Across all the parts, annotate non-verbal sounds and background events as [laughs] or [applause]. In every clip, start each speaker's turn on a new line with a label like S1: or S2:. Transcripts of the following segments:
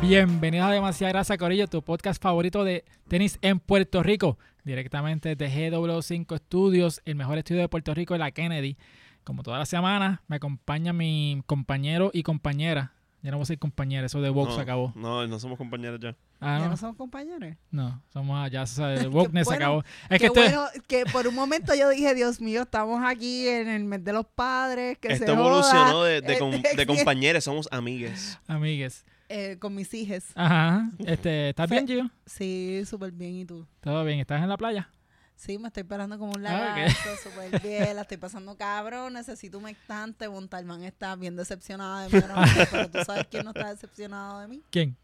S1: Bienvenido a Demasiada Grasa, Corillo, tu podcast favorito de tenis en Puerto Rico. Directamente de GW5 Studios, el mejor estudio de Puerto Rico, la Kennedy. Como todas las semanas, me acompaña mi compañero y compañera. Ya no voy a ser compañera, eso de Vox
S2: no,
S1: se acabó.
S2: No, no somos compañeros ya.
S1: Ah,
S3: Ya
S1: no,
S3: no somos compañeros.
S1: no, somos ah, ya, o
S3: [laughs]
S1: sea, el Wokeness se
S3: bueno,
S1: acabó. Es
S3: Qué
S1: que este- estoy-
S3: bueno que por un momento yo dije, Dios mío, estamos aquí en el mes de los padres, que
S2: Esto
S3: se joda".
S2: evolucionó de, de
S3: [laughs] Eh,
S2: com- de compañeros, somos amigues.
S1: amigues.
S3: eh, con mis hijas.
S1: Ajá, este, ¿estás
S3: Fe-
S1: bien, Gio?
S3: Sí, súper bien. ¿Y tú?
S1: ¿Todo bien? ¿Estás en la playa?
S3: Sí, me estoy parando como un
S1: Ah, ok.
S3: lagarto, súper bien. La estoy pasando cabrón, necesito un estante. Montalman está bien decepcionada de mí ahora mismo, pero tú sabes quién no está decepcionado de mí.
S1: ¿Quién?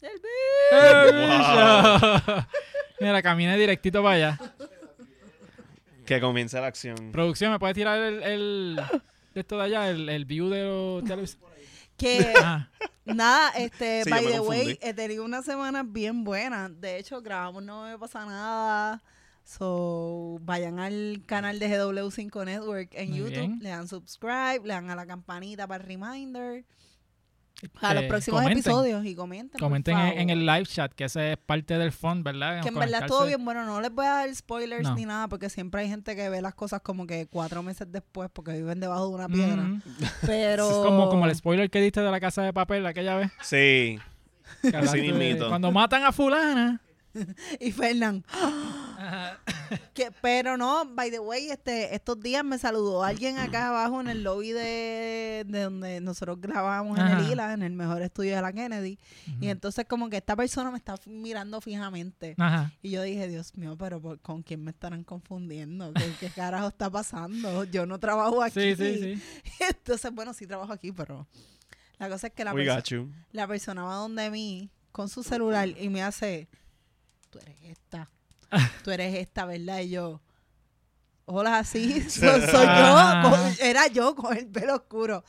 S3: El bicho.
S1: bicho! [laughs] Mira, caminé directito para allá.
S2: Que comienza la acción.
S1: Producción, ¿me puedes tirar el, el de esto de allá? El, el view de los televisores.
S3: Que
S1: Ah,
S3: Nada, este,
S2: [laughs] Sí, yo
S3: by
S2: me
S3: the way,
S2: confundí.
S3: he tenido una semana bien buena. De hecho, grabamos No Me Pasa Nada. So, vayan al canal de GW5 Network en
S1: Muy
S3: YouTube,
S1: bien.
S3: le dan subscribe, le dan a la campanita para el reminder. A
S1: este,
S3: los próximos
S1: comenten,
S3: episodios y comenten. por
S1: Comenten en, en
S3: favor.
S1: el live chat, que ese es parte del fun, ¿verdad?
S3: Que en verdad
S1: Conectarse.
S3: estuvo bien bueno. No les voy a dar spoilers
S1: No.
S3: ni nada, porque siempre hay gente que ve las cosas como que cuatro meses después, porque viven debajo de una piedra.
S1: [laughs]
S3: Oh.
S1: Mm.
S3: Pero.
S1: Es como, como el spoiler que diste de la casa de papel aquella vez.
S2: Sí.
S3: [laughs]
S1: que
S2: Así
S1: hablaste de-
S2: mismito.
S1: Cuando matan a fulana.
S3: [laughs] Y Fernán. Que- pero no, by the way, este, estos días me saludó alguien
S1: [clears throat]
S3: acá abajo en el lobby de, de donde nosotros grabamos en
S1: Ajá.
S3: el ILA, en el mejor estudio de la Kennedy. Y entonces como que esta persona me está mirando fijamente.
S1: Ajá.
S3: Y yo dije, Dios mío, pero por- ¿con quién me estarán confundiendo? ¿Qué, qué carajo está pasando? Yo no trabajo aquí.
S1: [laughs] Sí, sí, sí.
S3: [laughs] Entonces, bueno, sí trabajo aquí, pero la cosa es que la,
S2: We
S3: perso-
S2: got you.
S3: la persona va donde mí con su celular y me hace, tú eres
S1: [laughs]
S3: esta, tú eres esta, ¿verdad? Y yo, hola,
S1: [laughs]
S3: sí, [laughs] so- soy,
S1: Ah.
S3: yo, con- era yo con el pelo oscuro.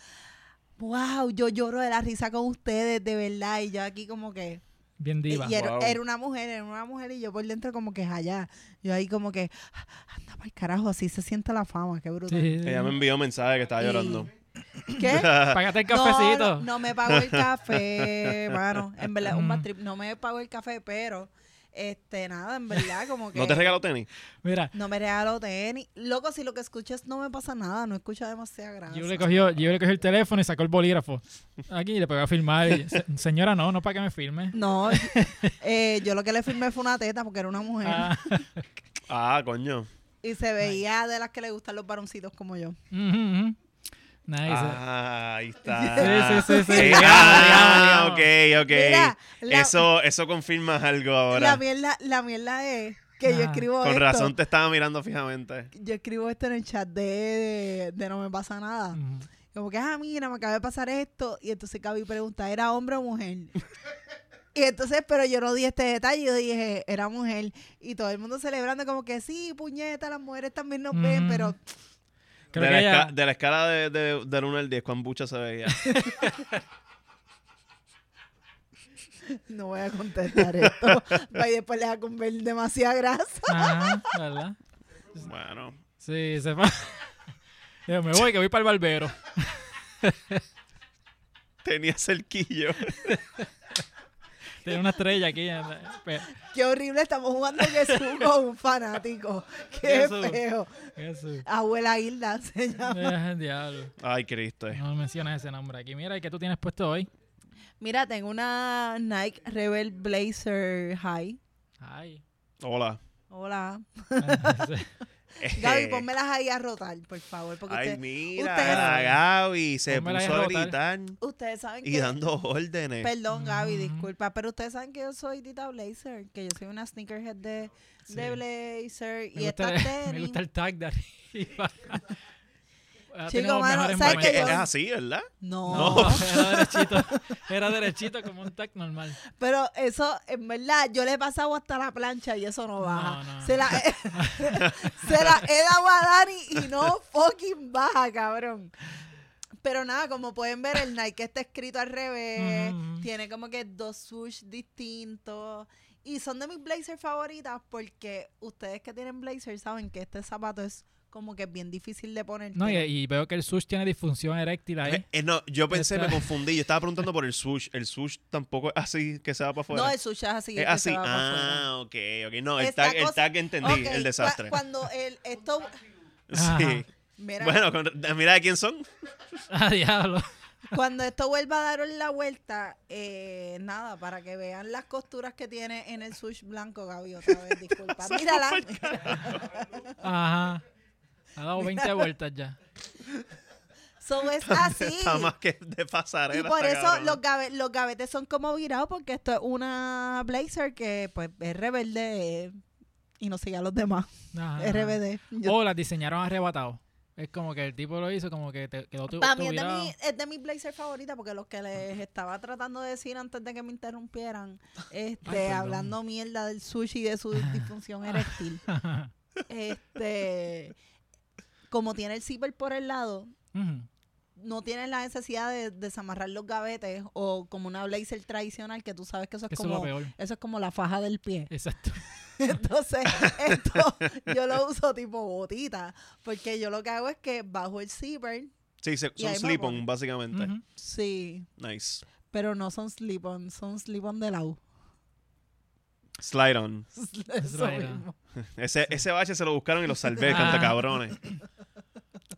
S3: Wow, yo lloro de la risa con ustedes, de verdad, y yo aquí como que,
S1: Bien
S3: y
S1: diva.
S3: era,
S2: wow.
S3: era una mujer, era una mujer, y yo por dentro como que allá, yo ahí como que, "Ah, anda para carajo, así se siente la fama, qué brutal.
S1: Sí, sí.
S2: Ella me envió mensaje que estaba
S3: Y-
S2: llorando.
S3: ¿Qué?
S1: Págate el
S3: No,
S1: cafecito.
S3: No, no me pagó
S1: [laughs]
S3: el café, mano. En verdad, un
S1: Mm.
S3: bad trip. No me pagó el café, pero este, nada, en verdad, como que.
S2: ¿No te regaló tenis?
S1: Mira,
S3: no me regaló tenis. Loco, si lo que escuchas no me pasa nada, no escucha demasiada grasa.
S1: yo le, cogió, yo le cogió el teléfono y sacó el bolígrafo. Aquí y le pegó a filmar. y- se- señora, no, no para que me filme. [laughs]
S3: No, eh, yo lo que le firmé fue una teta porque era una mujer.
S1: Ah,
S2: Ah, coño.
S3: Y se veía de las que le gustan los varoncitos como yo.
S1: ujú, ujú. Nice. eh.
S2: Ah, ahí
S3: [laughs]
S1: Sí,
S2: está.
S1: sí, sí, sí. Digamos, digamos,
S2: Ah, ok, ok.
S3: Mira, la,
S2: Eso, eso confirma algo
S3: la
S2: ahora.
S3: mierda, la mierda es que yo
S1: Ah.
S3: escribo
S2: Con
S3: esto.
S2: razón te estaba mirando fijamente.
S3: Yo escribo esto en el chat de, de, de No Me Pasa Nada.
S1: Ujú.
S3: Como que, ah, mira, me acaba de pasar esto. Y entonces Gaby pregunta, ¿era hombre o mujer? y entonces, pero yo no di este detalle, yo dije, era mujer. Y todo el mundo celebrando como que, sí, puñeta, las mujeres también nos ven,
S1: Mm.
S3: pero
S2: De
S1: Creo
S2: la,
S1: que ella-
S2: esca- de la escala de, de, del 1 al 10, ¿cuán bucha se
S3: [laughs]
S2: veía?
S3: [laughs] no voy a contestar esto. y después le va a comer demasiada grasa. [laughs]
S1: Ajá, ¿verdad?
S2: Bueno.
S1: Sí, se fue. [laughs] Yo me voy, que voy para el barbero.
S2: Tenía cerquillo.
S1: Tiene una estrella aquí. en la- pe-
S3: Qué horrible, estamos jugando que con un fanático. Qué
S1: Jesús.
S3: feo.
S1: Jesús.
S3: Abuela Hilda [laughs] se llama.
S1: Eh, diablo.
S2: Ay, Cristo.
S1: No mencionas ese nombre aquí. Mira, ¿y qué tú tienes puesto hoy?
S3: Mira, tengo una Nike Rebel Blazer High.
S2: [laughs]
S1: Ay. [laughs]
S2: Hola.
S3: Hola.
S1: Sí.
S3: Gaby, pónmelas ahí a rotar, por favor. Porque
S2: Eh, Ay,
S3: usted-
S2: mira,
S3: ustedes-
S2: la Gaby se
S1: Pónmela ahí
S2: puso
S1: a
S2: a
S1: rotar.
S2: gritar
S3: Ustedes saben
S2: y
S3: que.
S2: dando órdenes.
S3: Perdón, Gaby,
S1: Mm.
S3: disculpa, pero ustedes saben que yo soy Tita Blazer, que yo soy una sneakerhead de,
S1: Sí.
S3: de Blazer
S1: Me
S3: y
S1: gusta,
S3: estas
S1: el, [laughs] me
S3: tenis.
S1: gusta el tag de arriba. [laughs] Ha
S3: Chico,
S1: tenido
S3: mano,
S1: mejores
S3: ¿sabes
S2: Eh, Es que
S3: que
S2: es [laughs]
S1: momentos.
S3: yo-
S2: así, ¿verdad?
S3: No,
S1: No, era derechito. Era derechito como un tag normal.
S3: pero eso, en verdad, yo le he pasado hasta la plancha y eso no baja.
S1: No, no.
S3: Se,
S1: [laughs]
S3: la, se la he dado a Dani y no fucking baja, cabrón. Pero nada, como pueden ver, el Nike está escrito al revés.
S1: Ujú, ujú.
S3: Tiene como que dos swoosh distintos. Y son de mis blazers favoritas porque ustedes que tienen blazers saben que este zapato es como que bien difícil de poner.
S1: No, y, y veo que el sush tiene disfunción eréctil ahí.
S2: [laughs] Eh, eh, no, yo pensé,
S1: Está-
S2: me confundí. Yo estaba preguntando por el sush. El sush tampoco es así que se va para afuera.
S3: no el sushi es así.
S2: es
S3: el que se
S2: así.
S3: va para afuera.
S2: Ah, ok, ok. No, el
S3: Esta
S2: tag, el
S3: cosa-
S2: tag entendí,
S3: Ok,
S2: el
S3: cua-
S2: desastre.
S3: Cuando el, esto...
S1: Ajá.
S2: [laughs] Sí.
S3: Mira,
S2: Bueno, con- mira de quién son.
S1: Ah, diablo.
S3: cuando esto vuelva a dar la vuelta, eh, nada, para que vean las costuras que tiene en el sush blanco, Gaby, otra
S2: [laughs]
S3: vez, disculpa. Mírala.
S1: Ajá. Ha dado 20 vueltas ya.
S3: [laughs] So es así.
S2: Está más que de
S3: Y
S2: pasarela.
S3: por
S2: esta
S3: eso
S2: cabrona.
S3: los, gabe- los gavetes son como virados, porque esto es una blazer que pues es rebelde eh, y no sigue a los demás.
S1: Ajá.
S2: Ah.
S3: RBD. Yo-
S1: O las diseñaron arrebatados. Es como que el tipo lo hizo, como que te quedó tu,
S3: Para
S1: tu
S3: mí es de,
S1: virado.
S3: mi, es de mis blazer favoritas porque los que les estaba tratando de decir antes de que me interrumpieran, este,
S1: perdón.
S3: hablando mierda del sushi y de su
S1: [laughs]
S3: disfunción eréctil, este, como tiene el zipper por el lado,
S1: Ujú.
S3: no tienes la necesidad de desamarrar los gavetes o como una blazer tradicional que tú sabes que eso es
S1: Eso es lo
S3: como
S1: peor.
S3: eso es como la faja del
S1: [laughs]
S3: pie. [laughs]
S1: Exacto.
S3: Entonces, esto yo lo uso tipo botita, porque yo lo que hago es que bajo el zipper,
S2: Sí, se-
S3: y
S2: son
S3: ahí me
S2: slip-on,
S3: ponen.
S2: básicamente.
S1: Ujú.
S3: sí,
S2: Nice.
S3: pero no son slip-on, son slip-on de lado.
S2: Slide-on.
S3: [laughs] Eso
S1: right,
S3: mismo.
S2: Ese, ese bache se lo buscaron y lo salvé,
S1: Ah.
S2: canta cabrones.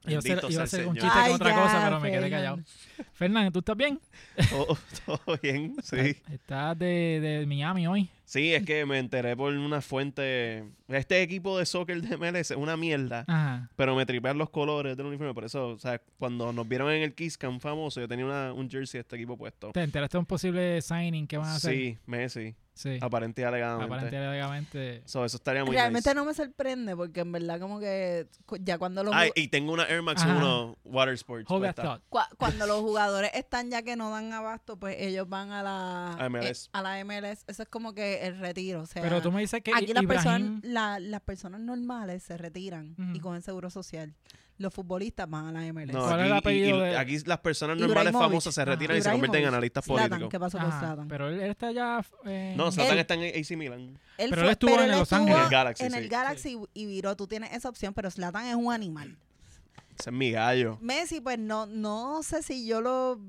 S1: Iba a hacer,
S2: Bendito
S1: iba a hacer
S2: sea el
S1: un
S2: Señor.
S1: chiste con otra
S3: Ay, ya,
S1: cosa, pero me quedé
S3: Fernan.
S1: callado. Fernán, ¿tú estás bien?
S2: Todo, Oh, [laughs] todo bien, sí.
S1: Estás de, de Miami hoy.
S2: Sí, es que me enteré por una fuente. Este equipo de soccer de MLS es una mierda.
S1: Ajá.
S2: Pero me tripean los colores del uniforme. Por eso, o sea, cuando nos vieron en el Kiss Cam famoso, yo tenía una- un jersey de este equipo puesto.
S1: ¿Te enteraste de un posible signing que van a hacer?
S2: Sí, Messi.
S1: Sí.
S2: Aparente y alegadamente.
S1: Aparentemente.
S2: So, eso estaría muy
S3: Realmente
S2: nice.
S3: no me sorprende, porque en verdad como que cu- ya cuando los,
S2: Ay,
S3: ju-
S2: y tengo una Air Max
S1: Ajá.
S2: 1 Water Sports. pues
S1: Hold that
S2: puesta.
S1: thought.
S3: cua- cuando los jugadores están ya que no dan abasto, pues ellos van a la
S2: A MLS.
S3: eh, a la MLS. Eso es como que el retiro, o sea,
S1: Pero tú me dices que
S3: aquí las
S1: Ibrahim...
S3: personas, la- las personas normales se retiran y
S1: Ujú.
S3: con el seguro social. Los futbolistas van a la MLS.
S2: No,
S1: ¿Cuál
S2: aquí,
S1: es el
S2: y-
S1: apellido
S2: y
S1: de-
S2: aquí las personas normales
S3: Ibrahimovic.
S2: famosas se
S1: Ajá.
S2: retiran y se convierten en
S3: Ibrahimovic.
S2: analistas
S3: Zlatan,
S2: políticos.
S3: ¿qué pasó con
S1: Ajá,
S3: Zlatan?
S1: Pero él, él está ya... eh,
S2: No, Zlatan
S3: Él-
S2: está en AC Milan.
S3: Él
S1: Pero él
S3: fue-
S1: estuvo en Los
S3: estuvo
S1: Ángeles.
S2: En el Galaxy,
S3: en el
S2: sí.
S3: Galaxy y viró. Tú tienes esa opción, pero Zlatan es un animal.
S2: Ese es mi gallo.
S3: Messi, pues no, no sé si yo lo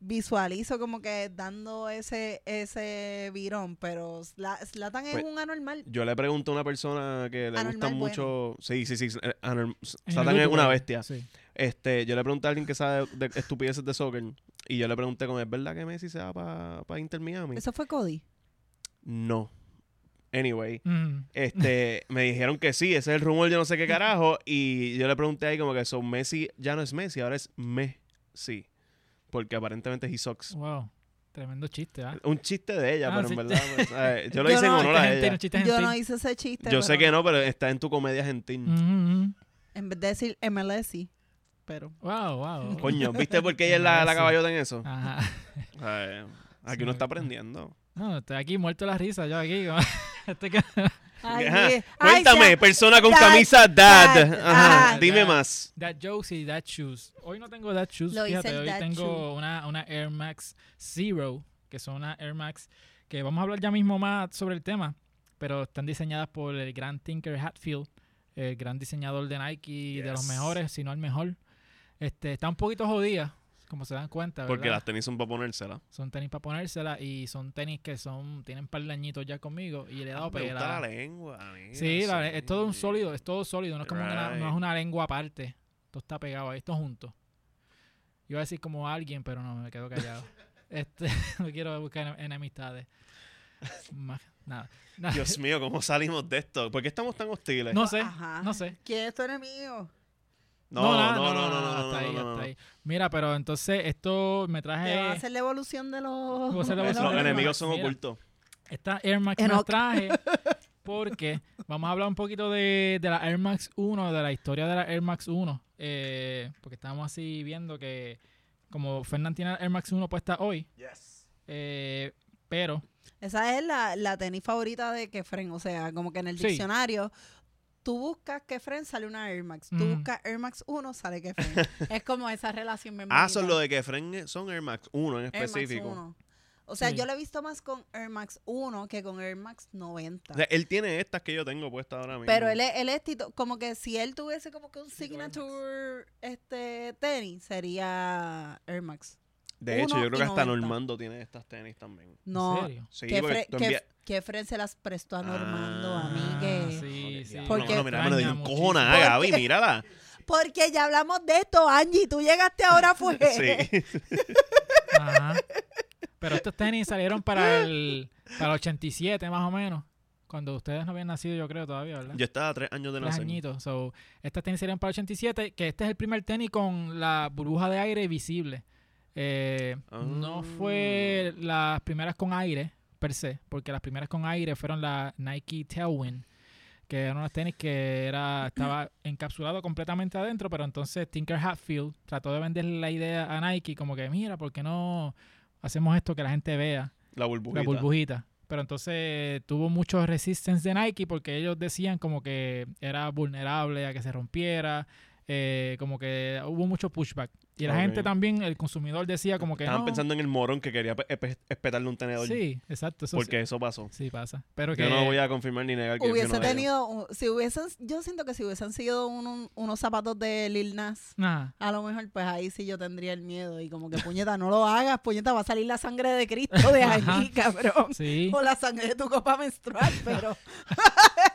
S3: visualizo como que dando ese ese virón, pero Zla- Zlatan es
S2: Pues,
S3: un anormal.
S2: Yo le pregunto a una persona que le
S3: Anormal
S2: gustan
S3: bueno.
S2: mucho. Sí, sí, sí. eh, anorm-
S1: en el
S2: Zlatan es
S1: YouTube,
S2: una
S1: eh.
S2: bestia.
S1: Sí.
S2: Este, yo le pregunté a alguien que sabe de estupideces de soccer y yo le pregunté como, ¿es verdad que Messi se va para Inter Miami?
S3: Eso fue Cody.
S2: No. Anyway,
S1: Mm.
S2: este, [laughs] me dijeron que sí, ese es el rumor, yo no sé qué carajo y yo le pregunté ahí como que son Messi ya no es Messi, ahora es Messi, porque aparentemente es Sox.
S1: Wow. Tremendo chiste, ¿ah?
S2: Un chiste de ella,
S1: Ah,
S2: pero
S1: sí.
S2: en verdad, pues, eh, yo lo
S3: Yo
S2: hice en
S3: no,
S2: honor
S1: Chiste
S2: a
S1: gentil,
S2: ella.
S1: un chiste
S3: Yo
S1: gentil.
S3: no hice ese chiste.
S2: Yo sé
S3: pero
S2: que no, pero está en tu comedia gentil.
S1: Mm, mm.
S3: En vez de decir MLS, pero
S1: Wow, wow.
S2: Coño, ¿viste por qué ella es la, la caballota en eso?
S1: Ajá.
S2: Ay, aquí
S1: Sí,
S2: uno está
S1: porque-
S2: aprendiendo.
S1: No, estoy aquí muerto de la risa, yo aquí. [laughs] como- Estoy que-
S3: Ay,
S2: Ajá.
S3: sí. Ay,
S2: Cuéntame,
S3: sea-
S1: ah,
S2: persona con
S3: dad,
S2: camisa dad.
S3: dad,
S2: Ajá,
S1: dad.
S2: Dime
S1: Dad.
S2: más.
S1: That Jokes y That Shoes. Hoy no tengo That Shoes,
S3: Lo hice
S1: fíjate,
S3: el
S1: hoy
S3: That
S1: tengo
S3: Shoe.
S1: una, una Air Max Zero, que son una Air Max que vamos a hablar ya mismo más sobre el tema, pero están diseñadas por el gran Tinker Hatfield, el gran diseñador de Nike, de los
S2: Yes.
S1: mejores, si no el mejor. Este, está un poquito jodida, como se dan cuenta, ¿verdad?
S2: Porque las tenis son para ponérselas.
S1: Son tenis para ponérselas y son tenis que son tienen par de añitos ya conmigo y le he dado
S2: Ah, Me gusta
S1: pegada.
S2: la lengua. mira,
S1: Sí, la-
S2: sí.
S1: es todo un sólido, es todo sólido, no es como una, no es
S2: Right.
S1: una lengua aparte. Esto está pegado ahí, esto junto. Iba a decir como alguien, pero no, me quedo
S2: [laughs]
S1: callado. este, [laughs] no quiero buscar enem- enemistades. Más- nada. nada. [laughs]
S2: Dios mío, ¿cómo salimos de esto? ¿Por qué estamos tan hostiles?
S1: no sé,
S3: Ajá.
S1: no sé.
S3: ¿Quién es tu enemigo?
S2: no,
S1: nada,
S2: no, no, no, no,
S1: hasta ahí,
S2: no, no,
S1: hasta
S2: no.
S1: ahí. Mira, pero entonces esto me
S3: Te va a
S1: traje
S3: hacer la evolución de los...
S1: Voy Eh, a hacer la
S2: Es-
S1: evolución
S2: Los
S1: Mira,
S2: enemigos son
S1: mira.
S2: ocultos.
S1: esta Air Max me
S3: Enoch.
S1: traje porque vamos a hablar un poquito de, de la Air Max 1, de la historia de la Air Max 1. eh, porque estábamos así viendo que como Fernand tiene la Air Max 1 puesta hoy, eh, pero
S3: Esa es la, la tenis favorita de Kefren. O sea, como que en el
S1: Sí.
S3: diccionario, tú buscas Kefren, sale una Air Max. Tú
S2: Mm.
S1: Ujú.
S3: buscas Air Max 1, sale
S2: [laughs]
S3: Kefren. es como esa relación. bien
S2: Ah, son
S3: bonita.
S2: lo de que Fren son Air Max 1 en
S3: Air Max
S2: específico.
S3: 1. O sea,
S1: Sí.
S3: yo lo he visto más con Air Max 1 que con Air Max 90.
S2: O sea, él tiene estas que yo tengo puestas ahora mismo.
S3: Pero él es, él es tito- como que si él tuviese como que un
S1: Tito Air Max.
S3: signature este tenis, sería Air Max.
S2: De hecho, yo creo que hasta
S3: 1,90.
S2: Normando tiene estas tenis también.
S1: ¿En
S3: No,
S1: serio?
S2: Sí,
S3: que,
S2: porque
S3: Fre-
S2: tú
S3: que-
S2: envías-
S3: que Fred se las prestó a Normando
S2: Ah,
S3: a mí que...
S1: Sí,
S2: Joder,
S1: sí.
S2: diablo,
S3: Porque-
S2: mano, mira, mano, de un
S1: Extraña
S2: cojona,
S3: muchísimo.
S2: ah, Gaby,
S3: Porque-
S2: mírala.
S3: Porque ya hablamos de esto, Angie, tú llegaste
S2: [laughs]
S3: ahora fue.
S2: Sí.
S1: [laughs] Ajá. Pero estos tenis salieron para el, para el 87 más o menos. Cuando ustedes no habían nacido, yo creo todavía, ¿verdad?
S2: Yo estaba a tres años de
S1: Tres
S2: nacer.
S1: añitos. So, estas tenis salieron para el 87, que este es el primer tenis con la burbuja de aire visible. Eh,
S2: Ah.
S1: No fue las primeras con aire, per se, porque las primeras con aire fueron las Nike Tailwind, que eran unos tenis que era, estaba encapsulado completamente adentro, pero entonces Tinker Hatfield trató de venderle la idea a Nike, como que mira, ¿por qué no hacemos esto que la gente vea?
S2: La burbujita.
S1: La burbujita. Pero entonces tuvo mucho resistance de Nike porque ellos decían como que era vulnerable a que se rompiera, eh, como que hubo mucho pushback. Y la
S2: Ok.
S1: gente también, el consumidor decía como que...
S2: Estaban
S1: no.
S2: pensando en el morón que quería pe- espe- espetarle un tenedor.
S1: Sí, exacto. Eso
S2: Porque eso pasó.
S1: Sí pasa. Pero que
S2: Yo no voy a confirmar ni negar que yo fui
S3: Hubiese
S2: uno de ellos.
S3: tenido, un- si hubiesen, yo siento que si hubiesen sido un- un- unos zapatos de Lil Nas,
S1: Ajá.
S3: a lo mejor pues ahí sí yo tendría el miedo y como que puñeta, no lo hagas, puñeta, va a salir la sangre de Cristo de ahí,
S1: Ajá.
S3: cabrón.
S1: Sí.
S3: O la sangre de tu
S1: [laughs]
S3: copa menstrual, pero... [laughs]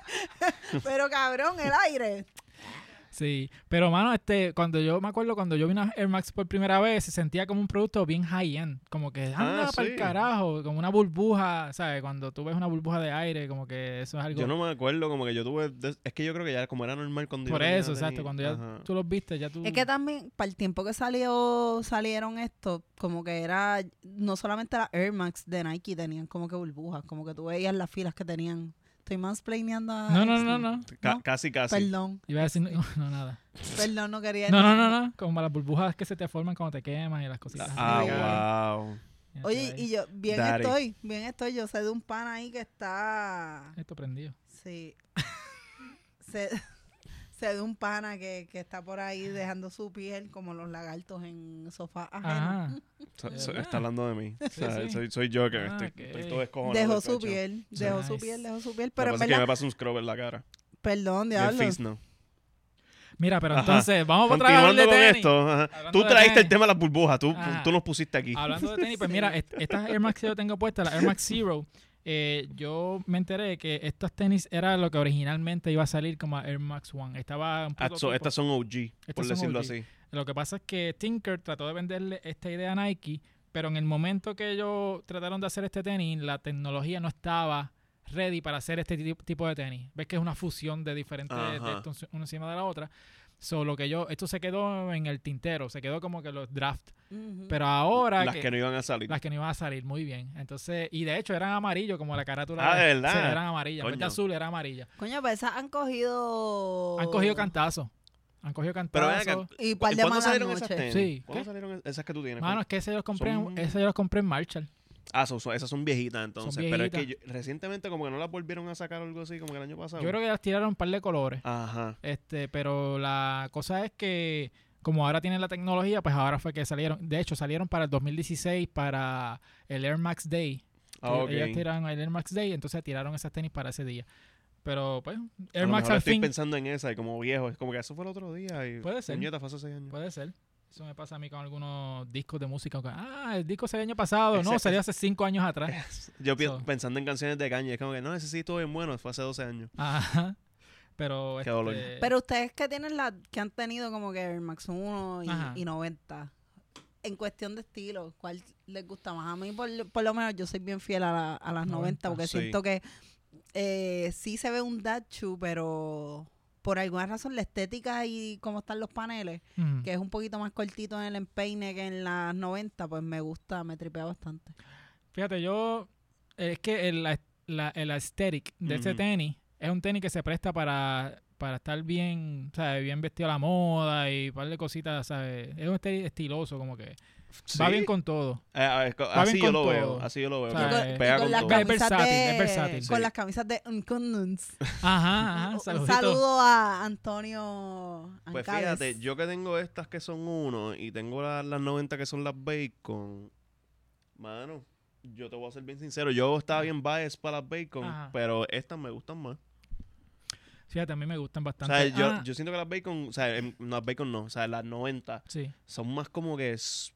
S3: pero cabrón, el aire.
S1: Sí. Pero mano, este, cuando yo me acuerdo cuando yo vi una Air Max por primera vez, se sentía como un producto bien high end. Como que anda
S2: Ah,
S1: para
S2: sí.
S1: el carajo. Como una burbuja, ¿sabes? Cuando tú ves una burbuja de aire, como que eso es algo.
S2: Yo no me acuerdo, como que yo tuve. de- Es que yo creo que ya como era normal cuando yo
S1: por
S2: tenía-
S1: eso, exacto.
S2: tenía-
S1: Cuando ya
S2: Ajá.
S1: tú los viste, ya tú.
S3: Es que también, para el tiempo que salió, salieron estos, como que era, no solamente las Air Max de Nike tenían como que burbujas, como que tú veías las filas que tenían. Estoy mansplaineando a...
S1: No, no,
S3: X-Men.
S1: no, no.
S2: Ca-
S3: ¿No?
S2: Casi, casi.
S3: Perdón,
S1: Iba a decir, no, [laughs] no, nada.
S3: perdón, no quería...
S1: No, no, no, no. Como las burbujas que se te forman cuando te quemas y las cositas. así.
S2: Ah, wow.
S3: Oye, y yo, bien
S2: Daddy.
S3: estoy, bien estoy, yo sé de un pan ahí que está...
S1: Esto prendido.
S3: Sí. [laughs] sé, sé de un pana que, que está por ahí dejando su piel como los lagartos en sofá ajeno.
S1: Ah. Ajá.
S2: So-
S1: De
S2: so-
S1: verdad.
S2: está hablando de mí. O sea,
S1: sí.
S2: Soy, soy yo que
S1: Ah,
S2: estoy,
S1: ok.
S2: estoy todo descojonado.
S3: Dejó
S2: del
S3: su
S2: pecho.
S3: piel, dejó su
S1: Nice.
S3: piel, dejó su piel,
S2: Lo que
S3: pero en
S2: pasa es que me
S3: verdad,
S2: pasa un scrub en la cara.
S3: perdón,
S2: Del
S3: diablo.
S2: fizz, no.
S1: Mira, pero
S2: Ajá.
S1: entonces, vamos a otra
S2: Continuando
S1: de
S2: con
S1: tenis.
S2: esto, ajá.
S1: Hablando
S2: tú
S1: de
S2: traíste el
S1: tenis.
S2: tema de las burbujas, tú,
S1: Ajá.
S2: tú nos pusiste aquí.
S1: Hablando de tenis, pues
S3: [laughs] Sí.
S1: mira, est- estas Air Max que yo tengo puestas, las Air Max Zero, eh, yo me enteré que estos tenis era lo que originalmente iba a salir como Air Max One. Estaba un
S2: Ah,
S1: prototipo.
S2: so- estas son OG, por
S1: son
S2: decirlo
S1: OG.
S2: así.
S1: Lo que pasa es que Tinker trató de venderle esta idea a Nike, pero en el momento que ellos trataron de hacer este tenis, la tecnología no estaba ready para hacer este ti- tipo de tenis. Ves que es una fusión de diferentes de
S2: Ajá.
S1: estos una encima de la otra. Solo que yo, esto se quedó en el tintero, se quedó como que los draft.
S3: Ujú.
S1: Pero ahora
S2: Las que no iban a salir.
S1: las que no iban a salir muy bien. Entonces, y de hecho eran amarillos, como la carátula.
S2: Ah, ¿de
S1: era-
S2: verdad?
S1: sí, eran amarillas. En vez de
S2: Coño.
S1: azul era amarilla.
S3: Coño, pues esas han cogido...
S1: Han cogido cantazo. Han cogido
S2: Pero
S1: cantazo.
S2: ven acá,
S3: Y par
S2: ¿cu-
S3: de
S2: ¿cuándo
S3: malas
S2: salieron esas
S3: noches.
S2: tenis?
S1: Sí,
S2: ¿Cuándo
S1: ¿qué?
S2: salieron esas que tú tienes?
S1: Mano, es que ese los compré, en-
S2: Son-
S1: ese yo los compré en Marshall.
S2: Ah, son- son- esas son viejitas entonces. Pero es que
S1: viejitas.
S2: yo- recientemente como que no las volvieron a sacar o algo así, como que el año pasado.
S1: Yo creo que las tiraron un par de colores.
S2: Ah. Ajá.
S1: Este, pero la cosa es que como ahora tienen la tecnología, pues ahora fue que salieron. De hecho, salieron para el 2016 para el Air Max Day.
S2: Ah,
S1: Que
S2: ok.
S1: Ellos tiraron el Air Max Day, entonces tiraron esas tenis para ese día. Pero pues,
S2: A lo
S1: Air Max
S2: mejor
S1: al
S2: estoy
S1: fin.
S2: pensando en esa y como viejo, es como que eso fue el otro día y
S1: Puede ser.
S2: puñeta, fue hace seis años.
S1: Puede ser. Eso me pasa a mí con algunos discos de música. que, Ah, el disco salió el año
S2: [laughs]
S1: pasado.
S2: Ese-
S1: No, salió hace cinco años atrás.
S2: [laughs] Yo pi-
S1: So.
S2: pensando en canciones de Kanye, es como que no, ese sí estuvo bien bueno, fue hace 12 años.
S1: Ajá. Pero.
S2: Qué dolor.
S1: este,
S3: Pero ustedes que tienen la, que han tenido como que Air Max 1
S1: Ajá.
S3: y, y 90, en cuestión de estilo, ¿cuál les gusta más? A mí, por, lo- por lo menos, yo soy bien fiel a, la- a las
S1: 90,
S3: 90, porque
S2: sí.
S3: siento que eh, sí se ve un dachu, pero por alguna razón la estética y cómo están los paneles,
S1: mm.
S3: que es un poquito más cortito en el empeine que en las 90, pues me gusta, me tripea bastante.
S1: Fíjate, yo. Es que el, la- la- el aesthetic de ese
S2: Ujú.
S1: tenis es un tenis que se presta para, para estar bien, ¿sabes? Bien vestido a la moda y un par de cositas, ¿sabes? Es un tenis estiloso, como que. Va
S2: Sí.
S1: bien con todo.
S2: Eh, a ver, co-
S1: Va
S2: así
S1: bien
S2: yo
S1: con
S2: lo veo,
S1: todo.
S2: así yo lo veo.
S1: O sea,
S2: que
S1: eh,
S2: pega con
S3: las
S2: todo.
S1: Es
S3: camisas
S1: versátil,
S3: de-
S1: es versátil. Ah,
S3: Con
S2: Sí.
S3: las camisas de Uncondens.
S1: Ajá,
S3: Un-
S1: ajá.
S3: un
S1: saludito.
S3: saludo a Antonio
S2: Pues
S3: Ancares.
S2: fíjate, yo que tengo estas que son uno y tengo la- las 90 que son las bacon, mano, yo te voy a ser bien sincero, yo estaba bien biased para las bacon,
S1: Ajá.
S2: pero estas me gustan más.
S1: Fíjate, a mí me gustan
S2: O
S1: bastante.
S2: sea, yo,
S1: Ah,
S2: yo siento que las bacon, o sea, em, no, las bacon no, o sea, las 90
S1: Sí.
S2: son más como que s-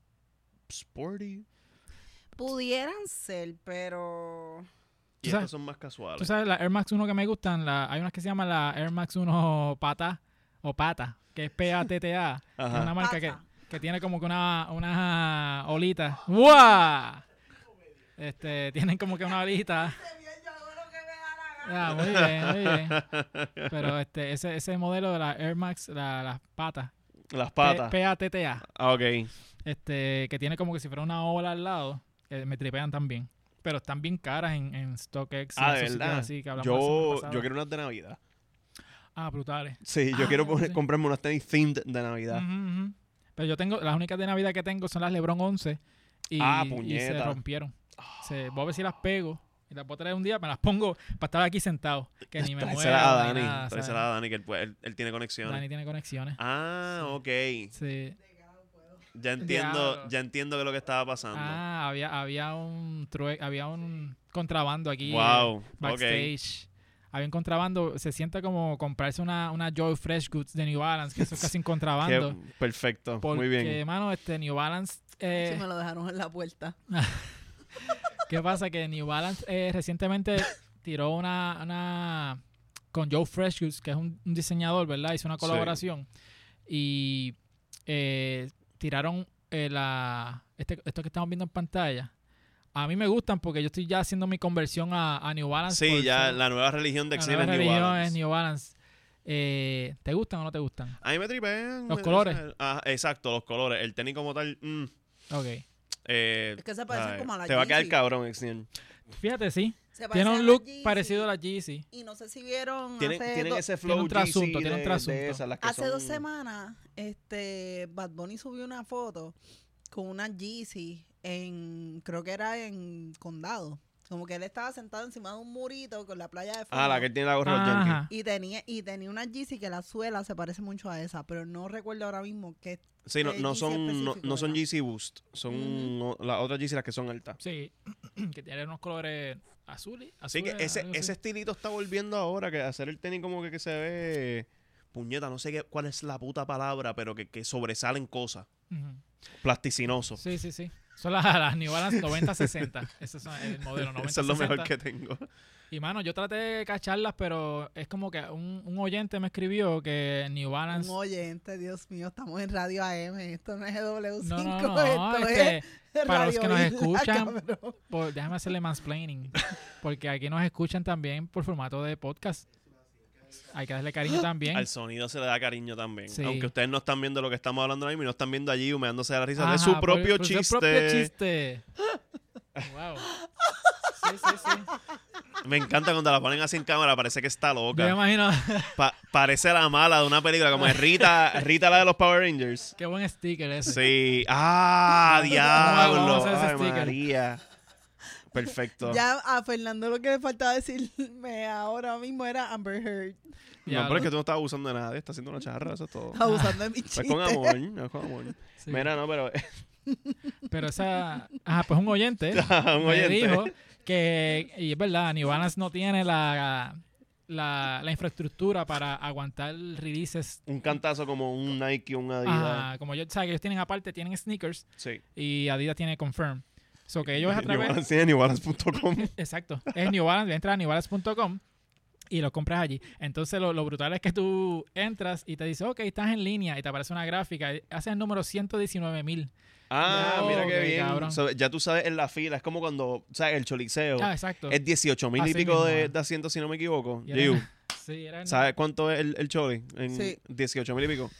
S2: sporty
S3: Pudieran ser, pero.
S2: y
S1: Tú sabes-
S2: estas son más
S1: Tú
S2: casuales.
S1: sabes, las Air Max 1 que me gustan, la- hay unas que se llaman la Air Max 1 Pata o Pata, que es P-A-T-T-A, que es
S2: Ajá.
S1: una marca que,
S3: Pata.
S1: que tiene como que una, una olita. ¡Wow! Este, tienen como que una olita. Ah, muy bien, muy bien. Pero este, ese, ese modelo de la Air Max, la- las patas,
S2: Las
S1: P-
S2: patas.
S1: P-A-T-T-A,
S2: Ah, ok.
S1: este, que tiene como que si fuera una ola al lado, que me tripean también. Pero están bien caras en, en StockX. y
S2: Ah,
S1: esos
S2: de
S1: sitios
S2: verdad.
S1: así que hablamos la semana
S2: yo,
S1: pasada.
S2: yo quiero unas de Navidad.
S1: Ah, brutales.
S2: Sí, yo
S1: Ah,
S2: quiero
S1: ya
S2: poner-
S1: sé.
S2: comprarme unas tenis themed de Navidad.
S1: Ujú, ujú. Pero yo tengo, las únicas de Navidad que tengo son las Lebron 11 y,
S2: Ah,
S1: y se
S2: puñeta. Ah.
S1: rompieron. Se, voy a ver si las pego y las voy a traer un día, me las pongo para estar aquí sentado,
S2: [laughs]
S1: que ni me muevo.
S2: Tráesela a
S1: ni
S2: Dani.
S1: nada, ¿sabes?
S2: tráesela a Dani, que él, puede- él- él tiene conexiones.
S1: Dani tiene conexiones.
S2: Ah, ok.
S1: Sí. [laughs]
S2: Ya entiendo,
S1: Diablo.
S2: ya entiendo que es lo que estaba pasando.
S1: Ah, había, había un true- había un contrabando aquí.
S2: wow.
S1: eh, Backstage. Había un contrabando, se siente como comprarse una, una Joy Fresh Goods de New Balance, que eso es casi un
S2: Ok.
S1: contrabando.
S2: [laughs] Qué- perfecto.
S1: porque,
S2: Muy bien.
S1: mano, este New Balance eh,
S3: me lo dejaron en la puerta.
S1: ¿Qué pasa? Que New Balance eh, recientemente tiró una, una- con Joe Freshus, que es un, un diseñador, ¿verdad? Hizo una
S2: Sí.
S1: colaboración y eh, tiraron eh, la, este- esto que estamos viendo en pantalla. A mí me gustan porque yo estoy ya haciendo mi conversión a, a New Balance.
S2: Sí,
S1: por
S2: ya
S1: ser-
S2: la nueva religión
S1: la
S2: de Exil
S1: nueva
S2: es New
S1: religión
S2: Balance.
S1: es New Balance. Eh, ¿Te gustan o no te gustan?
S2: A mí me tripean.
S1: Los
S2: me-
S1: colores.
S2: Ah, exacto, los colores. El tenis como tal. mm,
S1: Ok.
S2: eh,
S3: Es que se parecen
S2: ay,
S3: como a la
S2: Te va a quedar
S3: Yeezy.
S2: cabrón, Exil.
S1: Fíjate, sí.
S3: Se
S1: Tiene
S3: parecen a
S1: un
S3: las
S1: look
S3: Yeezy,
S1: parecido a la Yeezy.
S3: Y no sé si vieron.
S2: Tienen,
S3: hace
S2: tienen
S3: do-
S2: ese flow
S1: un trasunto,
S2: Yeezy
S1: tienen un
S2: de-
S1: trasunto.
S2: de esas, las que
S3: Hace dos
S2: son-
S3: semanas, este, Bad Bunny subió una foto con una Yeezy en, creo que era en Condado. Como que él estaba sentado encima de un murito con la playa de fondo.
S2: Ah, la que él tiene la gorra de los Yankees.
S1: Ajá.
S3: y tenía, y tenía una Yeezy que la suela se parece mucho a esa, pero no recuerdo ahora mismo qué.
S2: Sí, no,
S3: Eh,
S2: no
S3: Yeezy
S2: son, no,
S3: específico,
S2: no son
S3: ¿verdad?
S2: Yeezy Boost. Son no- las otras Yeezy las que son altas.
S1: Sí, [clears throat] que tiene unos colores azules.
S2: Así que
S1: azules,
S2: ese,
S1: algo así.
S2: ese estilito está volviendo ahora, que hacer el tenis como que, que se ve... Puñeta, no sé qué, cuál es la puta palabra, pero que, que sobresalen cosas.
S1: Ujú.
S2: Plasticinoso.
S1: Sí, sí, sí. Son las, las New Balance 90-60. Ese es el modelo 90
S2: [laughs] Eso es lo mejor que tengo.
S1: Y mano, yo traté de cacharlas, pero es como que un, un oyente me escribió que New Balance.
S3: Un oyente, Dios mío, estamos en Radio AM, esto no es W5,
S1: No, no, no.
S3: esto
S1: este,
S3: es
S1: para los
S3: Radio
S1: que nos
S3: Isla,
S1: escuchan,
S3: cabrón.
S1: por- déjame hacerle mansplaining. Porque aquí nos escuchan también por formato de podcast. Hay que darle cariño también.
S2: Al sonido se le da cariño también.
S1: Sí.
S2: Aunque ustedes no están viendo lo que estamos hablando ahora mismo y no están viendo allí humeándose de la risa.
S1: Ajá,
S2: es su
S1: por-
S2: propio
S1: por
S2: chiste.
S1: su propio chiste. wow. Sí, sí, sí.
S2: Me encanta cuando la ponen así en cámara, parece que está
S1: Yo me
S2: loca.
S1: imagino.
S2: Pa- parece la mala de una película, como es Rita, Rita la de los Power Rangers.
S1: Qué buen sticker ese.
S2: Sí.
S1: [laughs]
S2: ¡Ah,
S1: Vamos,
S2: diablo!
S1: vamos a hacer ese
S2: Ay,
S1: sticker.
S2: María. Perfecto.
S3: Ya a Fernando lo que le faltaba decirme ahora mismo era Amber Heard,
S2: No, pero
S1: Diablo.
S2: es que tú no estás abusando de nada. Estás haciendo una charra, eso es todo.
S3: abusando de mi chiste.
S2: Ah, Pues con amor, no, con amor.
S1: Sí.
S2: Mira, no, pero... [laughs]
S1: Pero esa. Ajá, pues un oyente.
S2: un
S1: me
S2: oyente.
S1: dijo que. Y es verdad, New Balance no tiene la, la, la infraestructura para aguantar releases.
S2: Un cantazo como un Nike, un Adidas.
S1: Ajá, como yo sabes que ellos tienen aparte, tienen sneakers
S2: Sí.
S1: y Adidas tiene confirm. So que
S2: [laughs]
S1: ellos a través. [laughs]
S2: Newbalance, newbalance.com.
S1: Exacto. Es New Balance. Entra a newbalance.com y lo compras allí. Entonces, lo, lo brutal es que tú entras y te dice, ok, estás en línea y te aparece una gráfica. y Haces el número 119 mil.
S2: Ah,
S1: Wow,
S2: mira qué
S1: qué
S2: bien.
S1: cabrón.
S2: So, ya tú sabes en la fila, es como cuando, o sea, el choliseo
S1: Ah, exacto.
S2: es 18 mil y
S1: Así
S2: pico
S1: mismo,
S2: de,
S1: ah.
S2: de asientos, si no me equivoco.
S1: Y era-
S2: Yu,
S1: Sí, era en-
S2: ¿sabes cuánto es el, el choli? En
S3: Sí.
S2: 18 mil y pico.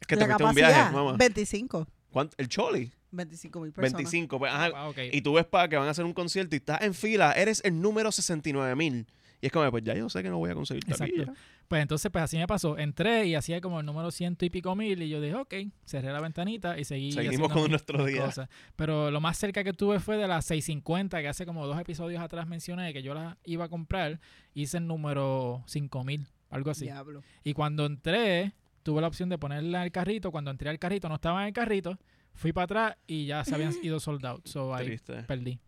S2: Es que
S3: la
S2: te fuiste a un
S3: capacidad,
S2: viaje, mamá.
S3: 25,
S2: ¿Cuánto? ¿El choli?
S3: 25 mil personas.
S2: 25. Pues, ajá.
S1: Ah, ok.
S2: Y tú ves para que van a hacer un concierto y estás en fila, eres el número 69 mil. Y es como, pues ya yo sé que no voy a conseguir
S1: Exacto.
S2: taquilla.
S1: Pues entonces, pues así me pasó. Entré y hacía como el número ciento y pico mil y yo dije, ok, cerré la ventanita y seguí
S2: Seguimos
S1: haciendo
S2: con
S1: mis-
S2: nuestro
S1: mis
S2: día.
S1: cosas. Pero lo más cerca que tuve fue de las 650, que hace como dos episodios atrás mencioné que yo las iba a comprar. Hice el número 5000, algo así.
S3: Diablo. [laughs]
S1: Y cuando entré, tuve la opción de ponerla en el carrito. Cuando entré al carrito, no estaba en el carrito. Fui para atrás y ya se habían ido sold out. So ahí
S2: Triste.
S1: perdí.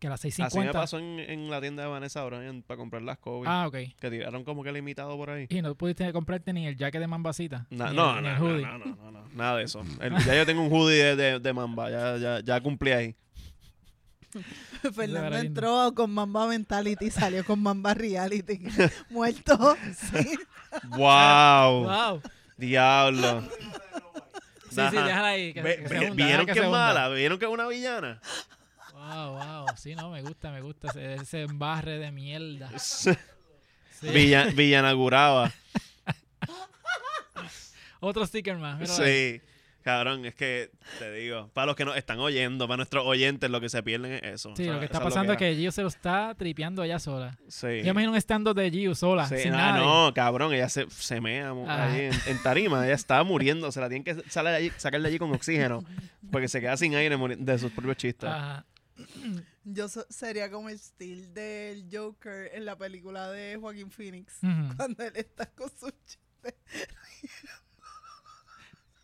S1: que a las
S2: Así me
S1: 6.50.
S2: pasó en, en la tienda de Vanessa Bryan para comprar las COVID.
S1: Ah, ok.
S2: Que tiraron como que limitado por ahí.
S1: Y no pudiste comprarte ni el jacket de mambasita.
S2: Na-
S1: ni
S2: no,
S1: el- ni
S2: no,
S1: el
S2: no,
S1: hoodie.
S2: no, no, no, no, nada de eso. El- ya yo tengo un hoodie de, de- de mamba, ya, ya, ya cumplí ahí.
S1: Eso
S3: Fernando
S1: era lindo.
S3: entró con Mamba Mentality, salió con
S2: [laughs]
S3: Mamba Reality. Muerto. Sí.
S1: [laughs]
S2: ¡Wow!
S1: Wow.
S2: ¡Diablo!
S1: Sí, sí,
S2: Ajá.
S1: déjala ahí. Que,
S2: Ve-
S1: que se
S2: ve-
S1: hunda, déjala
S2: ¿Vieron que,
S1: se
S2: es
S1: hunda.
S2: mala? ¿Vieron que es una villana?
S1: Wow, wow. Sí, no, me gusta, me gusta ese, ese embarre de mierda. Sí.
S2: [laughs] Villa, villanaguraba.
S1: Otro sticker más. míralo ahí.
S2: Sí. Cabrón, es que te digo, para los que nos están oyendo, para nuestros oyentes, lo que se pierden es eso.
S1: Sí,
S2: O sea,
S1: lo que está
S2: esa
S1: pasando es
S2: loquera.
S1: que Gio se lo está tripeando ella sola.
S2: Sí.
S1: Yo imagino un stand-up de Gio sola,
S2: Sí,
S1: sin Ah.
S2: ah,
S1: nada.
S2: no, cabrón, ella se, se mea mo-
S1: Ajá.
S2: ahí en, en tarima, ella estaba muriendo, se la tienen que sacar de allí, sacar de allí con oxígeno, porque se queda sin aire muri- de sus propios chistes.
S1: Ajá.
S3: Yo so- sería como el steel del Joker en la película de Joaquín Phoenix.
S1: Ujú.
S3: Cuando él está con su chico.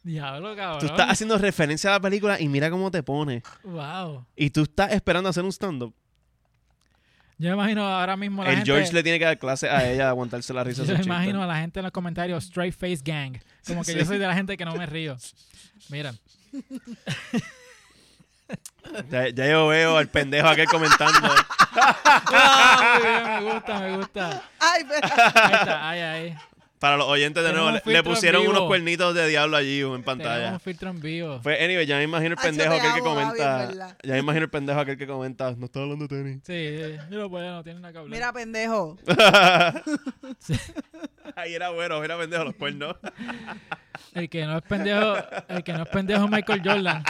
S1: Diablo, cabrón.
S2: Tú estás haciendo referencia a la película y mira cómo te pone.
S1: Wow.
S2: Y tú estás esperando hacer un stand-up.
S1: Yo me imagino ahora mismo la
S2: El
S1: gente...
S2: George le tiene que dar clase a ella de aguantarse la
S1: [laughs] Yo
S2: risa. de sus
S1: me
S2: chistes.
S1: imagino a la gente en los comentarios straight face gang. Como que yo
S2: Sí.
S1: soy de la gente que no me
S2: [laughs]
S1: río. Mira.
S2: Ya, ya yo veo al pendejo aquel comentando.
S1: Ah, [laughs] muy bien, me gusta, me gusta.
S3: Ay, pero
S1: Ahí está, ahí, ahí.
S2: Para los oyentes de
S1: Tenemos
S2: nuevo, le,
S1: un
S2: le
S1: filtro en
S2: pusieron
S1: vivo.
S2: unos cuernitos de diablo allí en
S1: Tenemos
S2: [laughs] pantalla.
S1: un filtro en vivo.
S2: Pues, anyway, ya me imagino el
S3: Ah, yo
S2: pendejo
S3: te
S2: aquel que
S3: amo, Gaby, en
S2: comenta.
S3: verdad.
S2: ya me imagino el pendejo aquel que comenta. No está hablando de tenis.
S1: Sí, sí. Mira, pues no tiene nada que hablar.
S3: mira, pendejo.
S1: Sí.
S2: [laughs] Ahí era bueno, era pendejo los cuernos.
S1: El que no es pendejo, el que no es pendejo es Michael Jordan.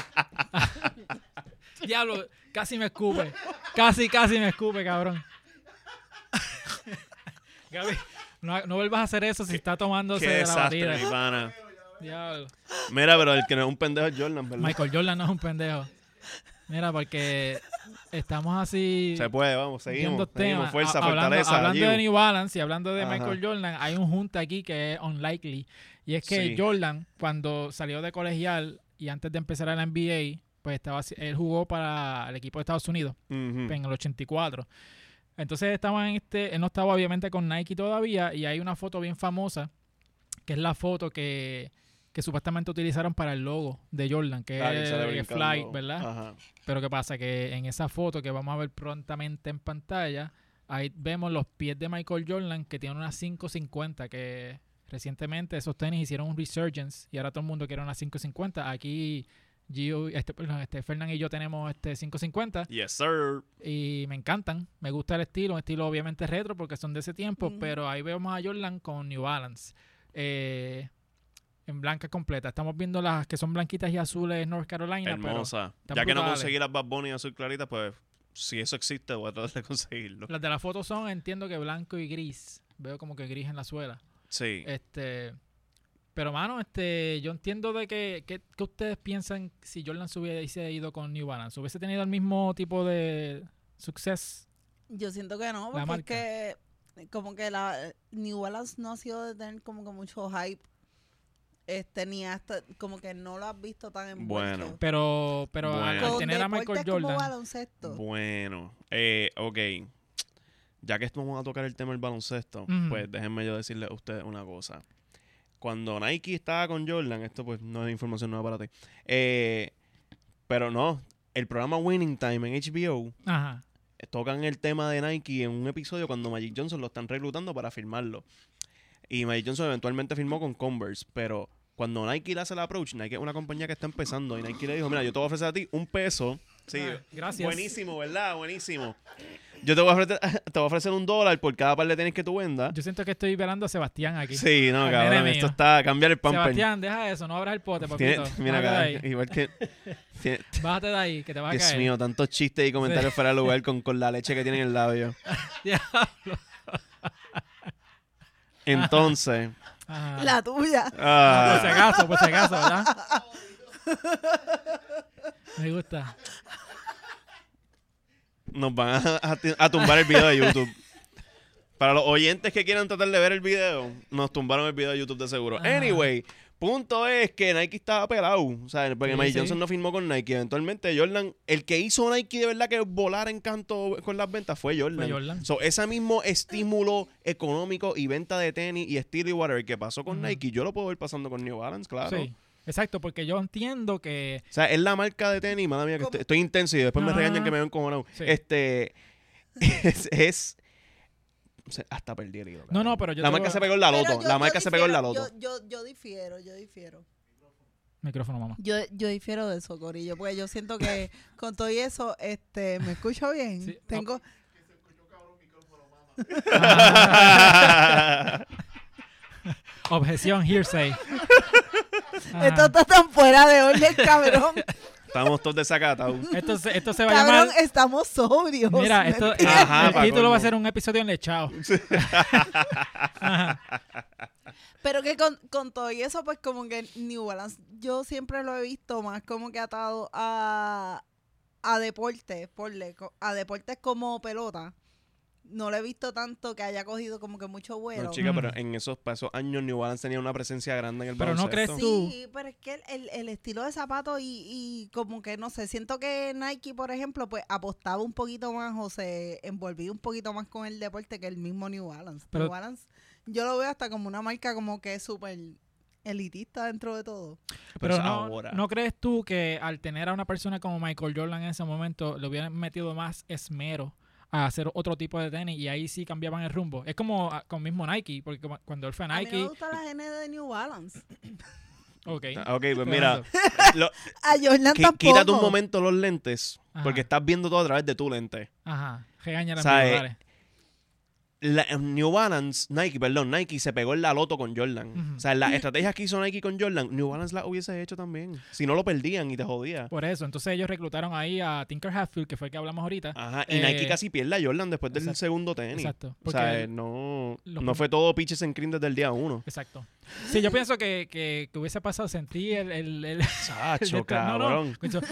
S1: Diablo, casi me escupe. Casi, casi me escupe, cabrón. Gaby, no, no vuelvas a hacer eso si está tomándose
S2: Qué
S1: de la
S2: desastre,
S1: batida.
S2: mi pana.
S1: Diablo.
S2: Mira, pero el que no es un pendejo es Jordan, ¿verdad?
S1: Michael Jordan no es un pendejo. Mira, porque estamos así
S2: Se puede, vamos, seguimos.
S1: viendo
S2: Seguimos,
S1: temas.
S2: fuerza,
S1: Ha- hablando,
S2: fortaleza.
S1: hablando
S2: Giu.
S1: de New Balance y hablando de
S2: Ajá.
S1: Michael Jordan, hay un junta aquí que es unlikely. Y es que
S2: Sí.
S1: Jordan, cuando salió de colegial y antes de empezar a la NBA, pues estaba haci- él jugó para el equipo de Estados Unidos
S2: Ujú.
S1: en el 84. Entonces estaba en este, él no estaba obviamente con Nike todavía y hay una foto bien famosa que es la foto que, que supuestamente utilizaron para el logo de Jordan, que
S2: Ah, que
S1: es
S2: sale
S1: el
S2: brincando.
S1: Fly, ¿verdad?
S2: Ajá.
S1: Pero ¿qué pasa? Que en esa foto que vamos a ver prontamente en pantalla, ahí vemos los pies de Michael Jordan que tiene una 550, que recientemente esos tenis hicieron un resurgence y ahora todo el mundo quiere una 550. Aquí Gio, este, perdón, este Fernán y yo tenemos este 550
S2: Yes, sir.
S1: y me encantan. Me gusta el estilo, un estilo obviamente retro porque son de ese tiempo,
S3: Ujú.
S1: pero ahí vemos a Jordan con New Balance. eh, en blanca completa. Estamos viendo las que son blanquitas y azules en North Carolina. pero-
S2: Hermosa.
S1: están
S2: Ya que no
S1: brutales.
S2: conseguí las Bad Bunny azul claritas, pues si eso existe, voy a tratar de [laughs] conseguirlo.
S1: Las de la foto son, entiendo que blanco y gris. Veo como que gris en la suela.
S2: Sí.
S1: Este, pero mano, este, yo entiendo de que, que, que ustedes piensan si Jordan se hubiese ido con New Balance, hubiese tenido el mismo tipo de success.
S3: Yo siento que no,
S1: La
S3: porque es que eh, como que la New Balance no ha sido de tener como que mucho hype. Este, ni hasta, como que no lo has visto tan envuelto.
S2: Bueno.
S1: Pero, pero al-
S2: Bueno.
S1: al
S3: Con
S1: tener a
S3: deportes
S1: Michael
S3: como
S1: Jordan,
S3: baloncesto.
S2: Bueno, eh, ok. Ya que vamos a tocar el tema del baloncesto,
S1: Ujú.
S2: pues déjenme yo decirles a ustedes una cosa. Cuando Nike estaba con Jordan, esto pues no es información nueva para ti. eh, pero no, el programa Winning Time en HBO
S1: ajá,
S2: eh, tocan el tema de Nike en un episodio cuando Magic Johnson lo están reclutando para firmarlo. Y Magic Johnson eventualmente firmó con Converse, pero cuando Nike le hace la approach, Nike es una compañía que está empezando y Nike le dijo, mira, yo te voy a ofrecer a ti un peso. Sí,
S1: Ah, gracias.
S2: Buenísimo, ¿verdad? Buenísimo. Yo te voy a ofrecer, [laughs] te voy a ofrecer un dólar por cada par de tenis que tú vendas.
S1: yo siento que estoy velando a Sebastián aquí.
S2: Sí, no,
S1: Al
S2: cabrón,
S1: nene
S2: esto
S1: mío.
S2: está cambiar el pamper.
S1: Ah, Sebastián, deja eso, no abras el pote,
S2: Tiene-
S1: papito.
S2: mira,
S1: Bájate de
S2: cabrón,
S1: ahí.
S2: igual
S1: [laughs]
S2: que... tiene-
S1: Bájate de ahí, que te vas a
S2: Dios
S1: caer.
S2: mío, tantos chistes y comentarios fuera
S1: [laughs]
S2: de lugar con, con la leche que tiene en el labio.
S1: Diablo.
S2: Entonces...
S1: Ajá.
S3: La tuya.
S1: Ah,
S2: ah,
S1: Por si acaso, por si acaso, ¿verdad? [laughs] Me gusta. [laughs]
S2: nos van a, a ti- a tumbar el video de YouTube. Para los oyentes que quieran tratar de ver el video, nos tumbaron el video de YouTube de seguro.
S1: Ajá.
S2: Anyway, punto es que Nike estaba pelado. O sea, porque
S1: Sí,
S2: Magic
S1: sí.
S2: Johnson no firmó con Nike. Eventualmente, Jordan, el que hizo Nike de verdad que volara en canto con las ventas fue Jordan.
S1: Fue Jordan.
S2: So, ese mismo estímulo económico y venta de tenis y estilo y whatever que pasó con
S1: Ujú.
S2: Nike, yo lo puedo ver pasando con New Balance, claro.
S1: Sí. Exacto, porque yo entiendo que
S2: O sea, es la marca de tenis, madre mía, que
S3: ¿Cómo?
S2: estoy, estoy intenso y después
S1: No,
S2: me
S1: no,
S2: regañan
S1: no.
S2: que me ven como
S1: Sí.
S2: Este. Es. es- o sea, hasta perdí el hilo.
S1: No,
S2: cabrón.
S1: no, pero yo
S2: La
S1: te
S2: marca
S1: voy a-
S2: se pegó en la
S3: Pero
S2: loto.
S3: yo-
S2: La
S3: yo
S2: marca se pegó en la
S3: difiero,
S2: loto.
S3: Yo, yo, yo difiero, yo difiero.
S1: micrófono mamá.
S3: Yo, yo difiero de eso, Corillo, porque yo siento que con todo y eso, este, me escucho bien.
S1: Sí, no.
S3: Tengo,
S1: [laughs] Objeción hearsay. Ajá.
S3: [laughs] Esto está tan fuera de orden, cabrón.
S2: [laughs] Estamos todos desacatados.
S1: Ah, Esto se, esto se va a llamar.
S3: cabrón, eh, estamos sobrios.
S1: Mira,
S3: ¿me
S1: esto,
S3: entiendes?
S2: Ajá,
S1: el
S2: pa'
S1: título va a
S2: colmo. Pues
S1: ser un episodio enlechado. Ajá.
S3: Pero que con, con todo y eso, pues como que New Balance, yo siempre lo he visto más como que atado a, a deportes, porle, co- a deportes como pelota. No lo he visto tanto que haya cogido como que mucho vuelo.
S2: No, chica,
S1: Mm.
S2: pero en esos pasos años New Balance tenía una presencia grande en el
S1: Pero no crees
S2: baloncesto.
S1: tú.
S3: Sí, pero es que el, el- el estilo de zapato y, y como que no sé, siento que Nike, por ejemplo, pues apostaba un poquito más o se envolvía un poquito más con el deporte que el mismo New Balance.
S1: Pero-
S3: New Balance, yo lo veo hasta como una marca como que súper elitista dentro de todo.
S2: Pero,
S1: Pero
S2: eso
S1: no,
S2: Pues ahora.
S1: ¿no crees tú que al tener a una persona como Michael Jordan en ese momento le hubieran metido más esmero a hacer otro tipo de tenis y ahí sí cambiaban el rumbo? Es como ah, con mismo Nike, porque como- cuando él fue a
S3: A mí no
S1: Nike,
S3: me gusta la N de New Balance.
S1: ok.
S2: Ah, Ok, pues mira,
S1: Fernando,
S2: lo-
S3: A Jordan
S2: qui-
S3: tampoco.
S2: quítate un momento los lentes,
S1: Ajá.
S2: porque estás viendo todo a través de tu lente.
S1: Ajá, regaña la
S2: O sea,
S1: ambigua,
S2: eh,
S1: dale.
S2: la- New Balance, Nike, perdón, Nike se pegó en la loto con Jordan.
S1: Ujú.
S2: O sea, las estrategias que hizo Nike con Jordan, New Balance las hubiese hecho también. Si no lo perdían y te jodía.
S1: Por eso, entonces ellos reclutaron ahí a Tinker Hatfield, que fue el que hablamos ahorita.
S2: Ajá, y
S1: Eh,
S2: Nike casi pierde a Jordan después del
S1: exacto,
S2: segundo tenis.
S1: Exacto.
S2: O
S1: Porque
S2: sea, eh,
S1: el-
S2: no,
S1: los
S2: no
S1: pun-
S2: fue todo pitches en cream desde el día
S1: [laughs]
S2: uno.
S1: Exacto. Sí, yo pienso que, que, que hubiese pasado, sentí el... el, [laughs] el- el-
S2: Chacho,
S1: no, no,
S2: cabrón.
S1: escucho,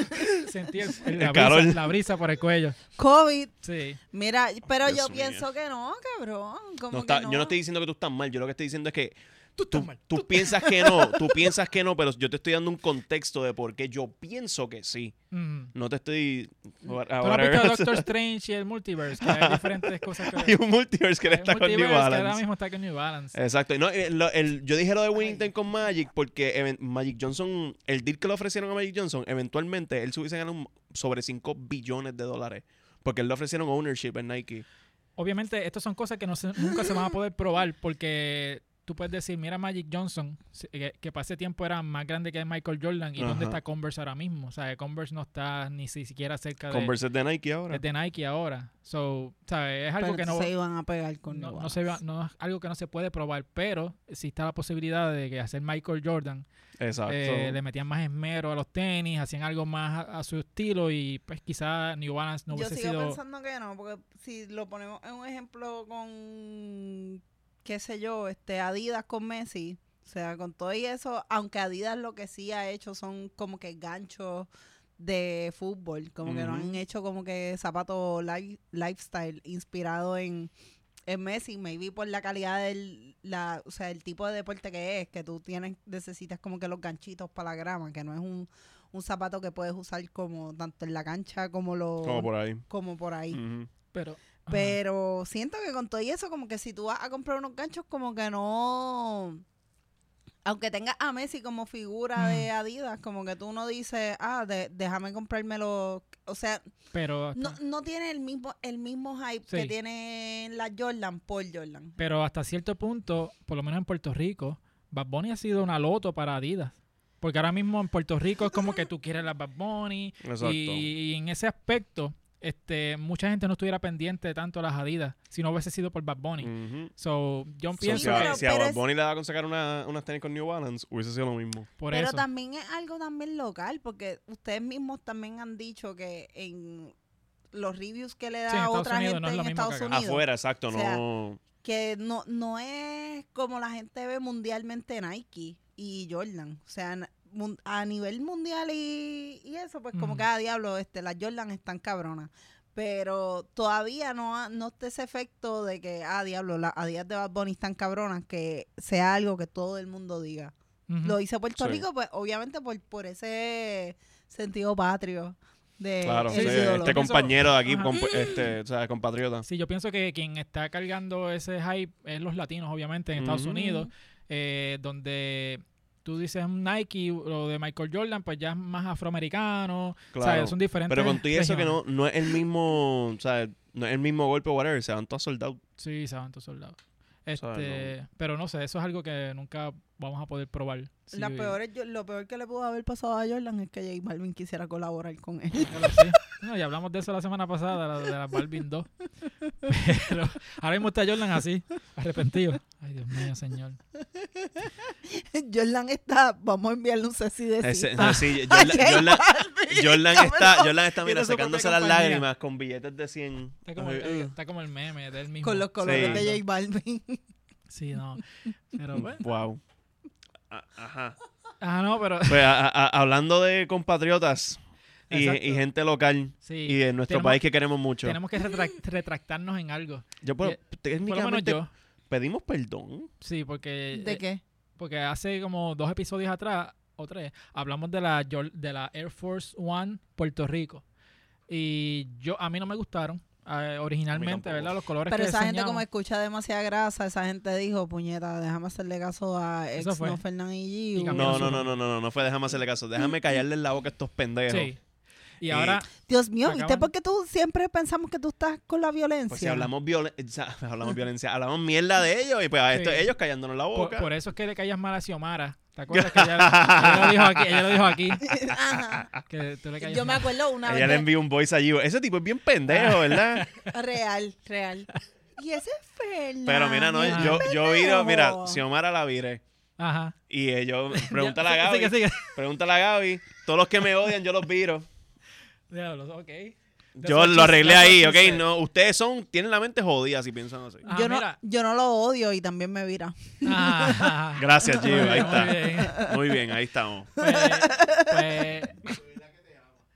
S1: sentí el- el-
S2: El
S1: la,
S2: calor.
S1: brisa, la brisa por el cuello.
S3: COVID.
S1: Sí.
S3: Mira, pero
S2: Dios
S3: yo
S2: mío.
S3: pienso que no, cabrón. Como
S2: No está-
S3: que no.
S2: Yo no estoy diciendo que tú estás mal, yo lo que estoy diciendo es que tú,
S1: estás mal,
S2: tú piensas que no, tú piensas que no, pero yo te estoy dando un contexto de por qué yo pienso que sí.
S1: Mm.
S2: No te estoy...
S1: ¿Tú no has visto
S2: [laughs]
S1: Doctor Strange y el Multiverse? Que hay diferentes cosas que...
S2: Hay un multiverse que
S1: hay
S2: le
S1: un
S2: está con New
S1: multiverse que ahora
S2: Balance.
S1: mismo está con New Balance.
S2: Exacto. Y no, eh, lo- el- yo dije lo de Winnington
S3: Ay.
S2: con Magic porque even- Magic Johnson, el deal que le ofrecieron a Magic Johnson, eventualmente él se hubiese ganado un- sobre 5 billones de dólares. Porque él le ofrecieron ownership en Nike.
S1: Obviamente, estas son cosas que no se- nunca se van a poder probar porque tú puedes decir, mira Magic Johnson, si- que, que para ese tiempo era más grande que Michael Jordan, ¿y dónde
S2: Ajá.
S1: está Converse ahora mismo? O sea, Converse no está ni si- siquiera cerca de,
S2: Converse es de Nike ahora.
S1: es de Nike ahora. So, ¿sabes? Es algo
S3: Pero
S1: que no...
S3: se iban a pegar con
S1: no,
S3: New
S1: no se va-
S3: Balance.
S1: no es algo que no se puede probar, pero sí está la posibilidad de que hacer Michael Jordan
S2: Exacto.
S1: eh, le metían más esmero a los tenis, hacían algo más a, a su estilo y pues quizá New Balance no
S3: yo
S1: hubiese
S3: sigo
S1: sido...
S3: pensando que no, porque si lo ponemos en un ejemplo con, qué sé yo, este Adidas con Messi, o sea, con todo y eso, aunque Adidas lo que sí ha hecho son como que ganchos de fútbol, como que no
S2: Ujú.
S3: han hecho como que zapatos li- lifestyle inspirado en, en Messi, maybe por la calidad del la, o sea, el tipo de deporte que es, que tú tienes necesitas como que los ganchitos para la grama, que no es un, un zapato que puedes usar como tanto en la cancha como lo
S2: Como por ahí.
S3: como por ahí.
S2: Ujú.
S1: Pero, Mm. ajá.
S3: Pero siento que con todo y eso, como que si tú vas a comprar unos ganchos, como que no. Aunque tengas a Messi como figura de
S1: Mm.
S3: Adidas, como que tú no dices, ah, de- déjame comprármelo. O sea,
S1: pero,
S3: no, no tiene el mismo el mismo hype que
S1: Sí.
S3: tiene la Jordan por Jordan.
S1: pero hasta cierto punto, por lo menos en Puerto Rico, Bad Bunny ha sido una loto para Adidas. Porque ahora mismo en Puerto Rico es como que tú quieres las Bad Bunny
S2: [laughs] Exacto.
S1: y, y en ese aspecto este, mucha gente no estuviera pendiente de tanto a las Adidas si no hubiese sido por Bad Bunny.
S2: Ujú.
S1: So, yo
S2: So,
S1: pienso
S2: si, a,
S3: pero-
S1: que
S2: si a
S3: pero
S2: Bad
S3: es-
S2: Bunny le daba con sacar una- unas tenis con New Balance, hubiese sido lo mismo.
S1: por
S3: Pero
S1: eso...
S3: también es algo también local, porque ustedes mismos también han dicho que en los reviews que le da
S1: Sí, en Estados
S3: otra
S1: Unidos
S3: gente
S1: no es lo
S3: en
S1: mismo
S3: Estados
S1: que acá.
S3: Unidos.
S2: Afuera, exacto,
S3: O sea,
S2: no.
S3: que no, no es como la gente ve mundialmente Nike y Jordan. O sea, na- mun- a nivel mundial y, y eso, pues como
S1: Ujú.
S3: cada diablo, este, las Jordan están cabronas. pero todavía no, ha- no está ese efecto de que, ah, diablo, las adidas de Bad Bunny están cabronas, que sea algo que todo el mundo diga.
S1: Ujú.
S3: Lo hizo Puerto
S2: Sí.
S3: Rico, pues obviamente por, por ese sentido patrio de
S2: Claro,
S3: ese
S2: sí,
S1: ídolo.
S2: este
S1: Eso-
S2: compañero de aquí,
S1: Ajá.
S2: compa- este, o sea, compatriota.
S1: Sí, yo pienso que quien está cargando ese hype es los latinos, obviamente, en Estados
S2: Ujú.
S1: Unidos, eh, donde tú dices un Nike o de Michael Jordan, pues ya es más afroamericano, o sea,
S2: Claro.
S1: son diferentes.
S2: Pero con todo y eso que
S1: regiones.
S2: no, no es el mismo, o sea, no es el mismo golpe o whatever, se van todos soldados.
S1: Sí, saben todos soldados. Este,
S2: sea,
S1: Pero no sé, eso es algo que nunca vamos a poder probar. Sí,
S3: Las
S1: eh,
S3: peores, yo- lo peor que le pudo haber pasado a Jordan es que J Balvin quisiera colaborar con él. [laughs]
S1: claro, sí. No, ya hablamos de eso la semana pasada, la- de la Balvin 2. Pero ahora mismo está Jordan así, arrepentido. Ay, Dios mío, señor.
S3: Jordan está, vamos a enviarle un ceci de
S2: Ese-
S3: Eh, sí.
S2: no, sí, Jordan, Jordan- Jordan está, Jordan está, mira,
S1: Tiene su
S2: sacándose
S1: propia
S2: las
S1: compañía.
S2: lágrimas con billetes de 100.
S1: Está como,
S2: Ay,
S1: el,
S2: eh.
S1: está como el meme de él mismo.
S3: con los colores
S2: Sí.
S3: de J Balvin.
S1: Eh, Sí, no. Pero
S2: Mm.
S1: bueno.
S2: Wow. A- Ajá.
S1: Ah, no, pero.
S2: Pues a- a- a- hablando de compatriotas y,
S1: Exacto.
S2: y gente local
S1: Sí.
S2: y de nuestro
S1: tenemos-
S2: país que queremos mucho.
S1: Tenemos que retrac- retractarnos en algo.
S2: yo puedo,
S1: y- Por lo menos
S2: técnicamente
S1: yo.
S2: pedimos perdón.
S1: Sí, porque.
S3: ¿De
S1: eh,
S3: qué?
S1: Porque hace como dos episodios atrás, o tres, hablamos de la, Jor- de la Air Force One Puerto Rico. Y yo a mí no me gustaron eh, originalmente,
S2: tampoco.
S1: ¿verdad? Los colores
S3: Pero
S1: que
S3: esa gente como
S1: diseñaron.
S3: escucha demasiada grasa, esa gente dijo, puñeta, déjame hacerle caso a ex
S1: Eso fue.
S3: no Fernán y Giu.
S1: Y cambió
S2: No,
S1: su-
S2: no, no, no, no, no, no fue déjame hacerle caso. Déjame callarle la boca a estos pendejos.
S1: Sí. Y ahora,
S2: eh,
S3: Dios mío,
S1: Se
S3: ¿viste
S1: acaban.
S3: por qué tú siempre pensamos que tú estás con la violencia?
S2: Pues si hablamos, violen- o sea, [laughs] hablamos violencia, hablamos mierda de ellos y pues a esto-
S1: Sí.
S2: ellos callándonos la
S1: por,
S2: boca.
S1: por eso es que le callas mal a Xiomara. ¿Te acuerdas que ella, ella lo dijo aquí? Ella lo dijo
S3: [laughs]
S1: aquí.
S3: Ajá.
S1: Que tú le callas
S3: Yo me
S1: mal.
S3: acuerdo una
S2: Ella le
S3: vez
S2: envió un voice allí. Ese tipo es bien
S1: Ah. [laughs]
S2: pendejo, ¿verdad?
S3: que- real, real. Y ese es Fernán.
S2: Pero mira, no,
S3: es-
S1: Ah.
S2: yo, yo viro, mira,
S3: pendejo.
S2: Xiomara la viré.
S1: Ajá.
S2: Y eh, yo, pregúntale
S1: [laughs]
S2: a
S1: Ya,
S2: Gaby,
S1: Sigue, sigue.
S2: pregúntale a Gaby, todos los que me odian yo los viro.
S1: Diablos,
S2: [laughs]
S1: ok. That's
S2: Yo
S1: what
S2: lo
S1: she-
S2: arreglé
S1: that's what
S2: ahí,
S1: she
S2: ok,
S1: said.
S2: no, ustedes son, tienen la mente jodida si piensan
S1: [laughs]
S2: así.
S1: Ah,
S3: yo, no,
S1: mira.
S3: yo no lo odio y también me vira.
S1: Ah, ajá, ajá.
S2: Gracias,
S1: Muy
S2: Gio, ahí
S1: bien, muy
S2: está.
S1: bien.
S2: Muy bien, ahí estamos.
S1: Pues, pues-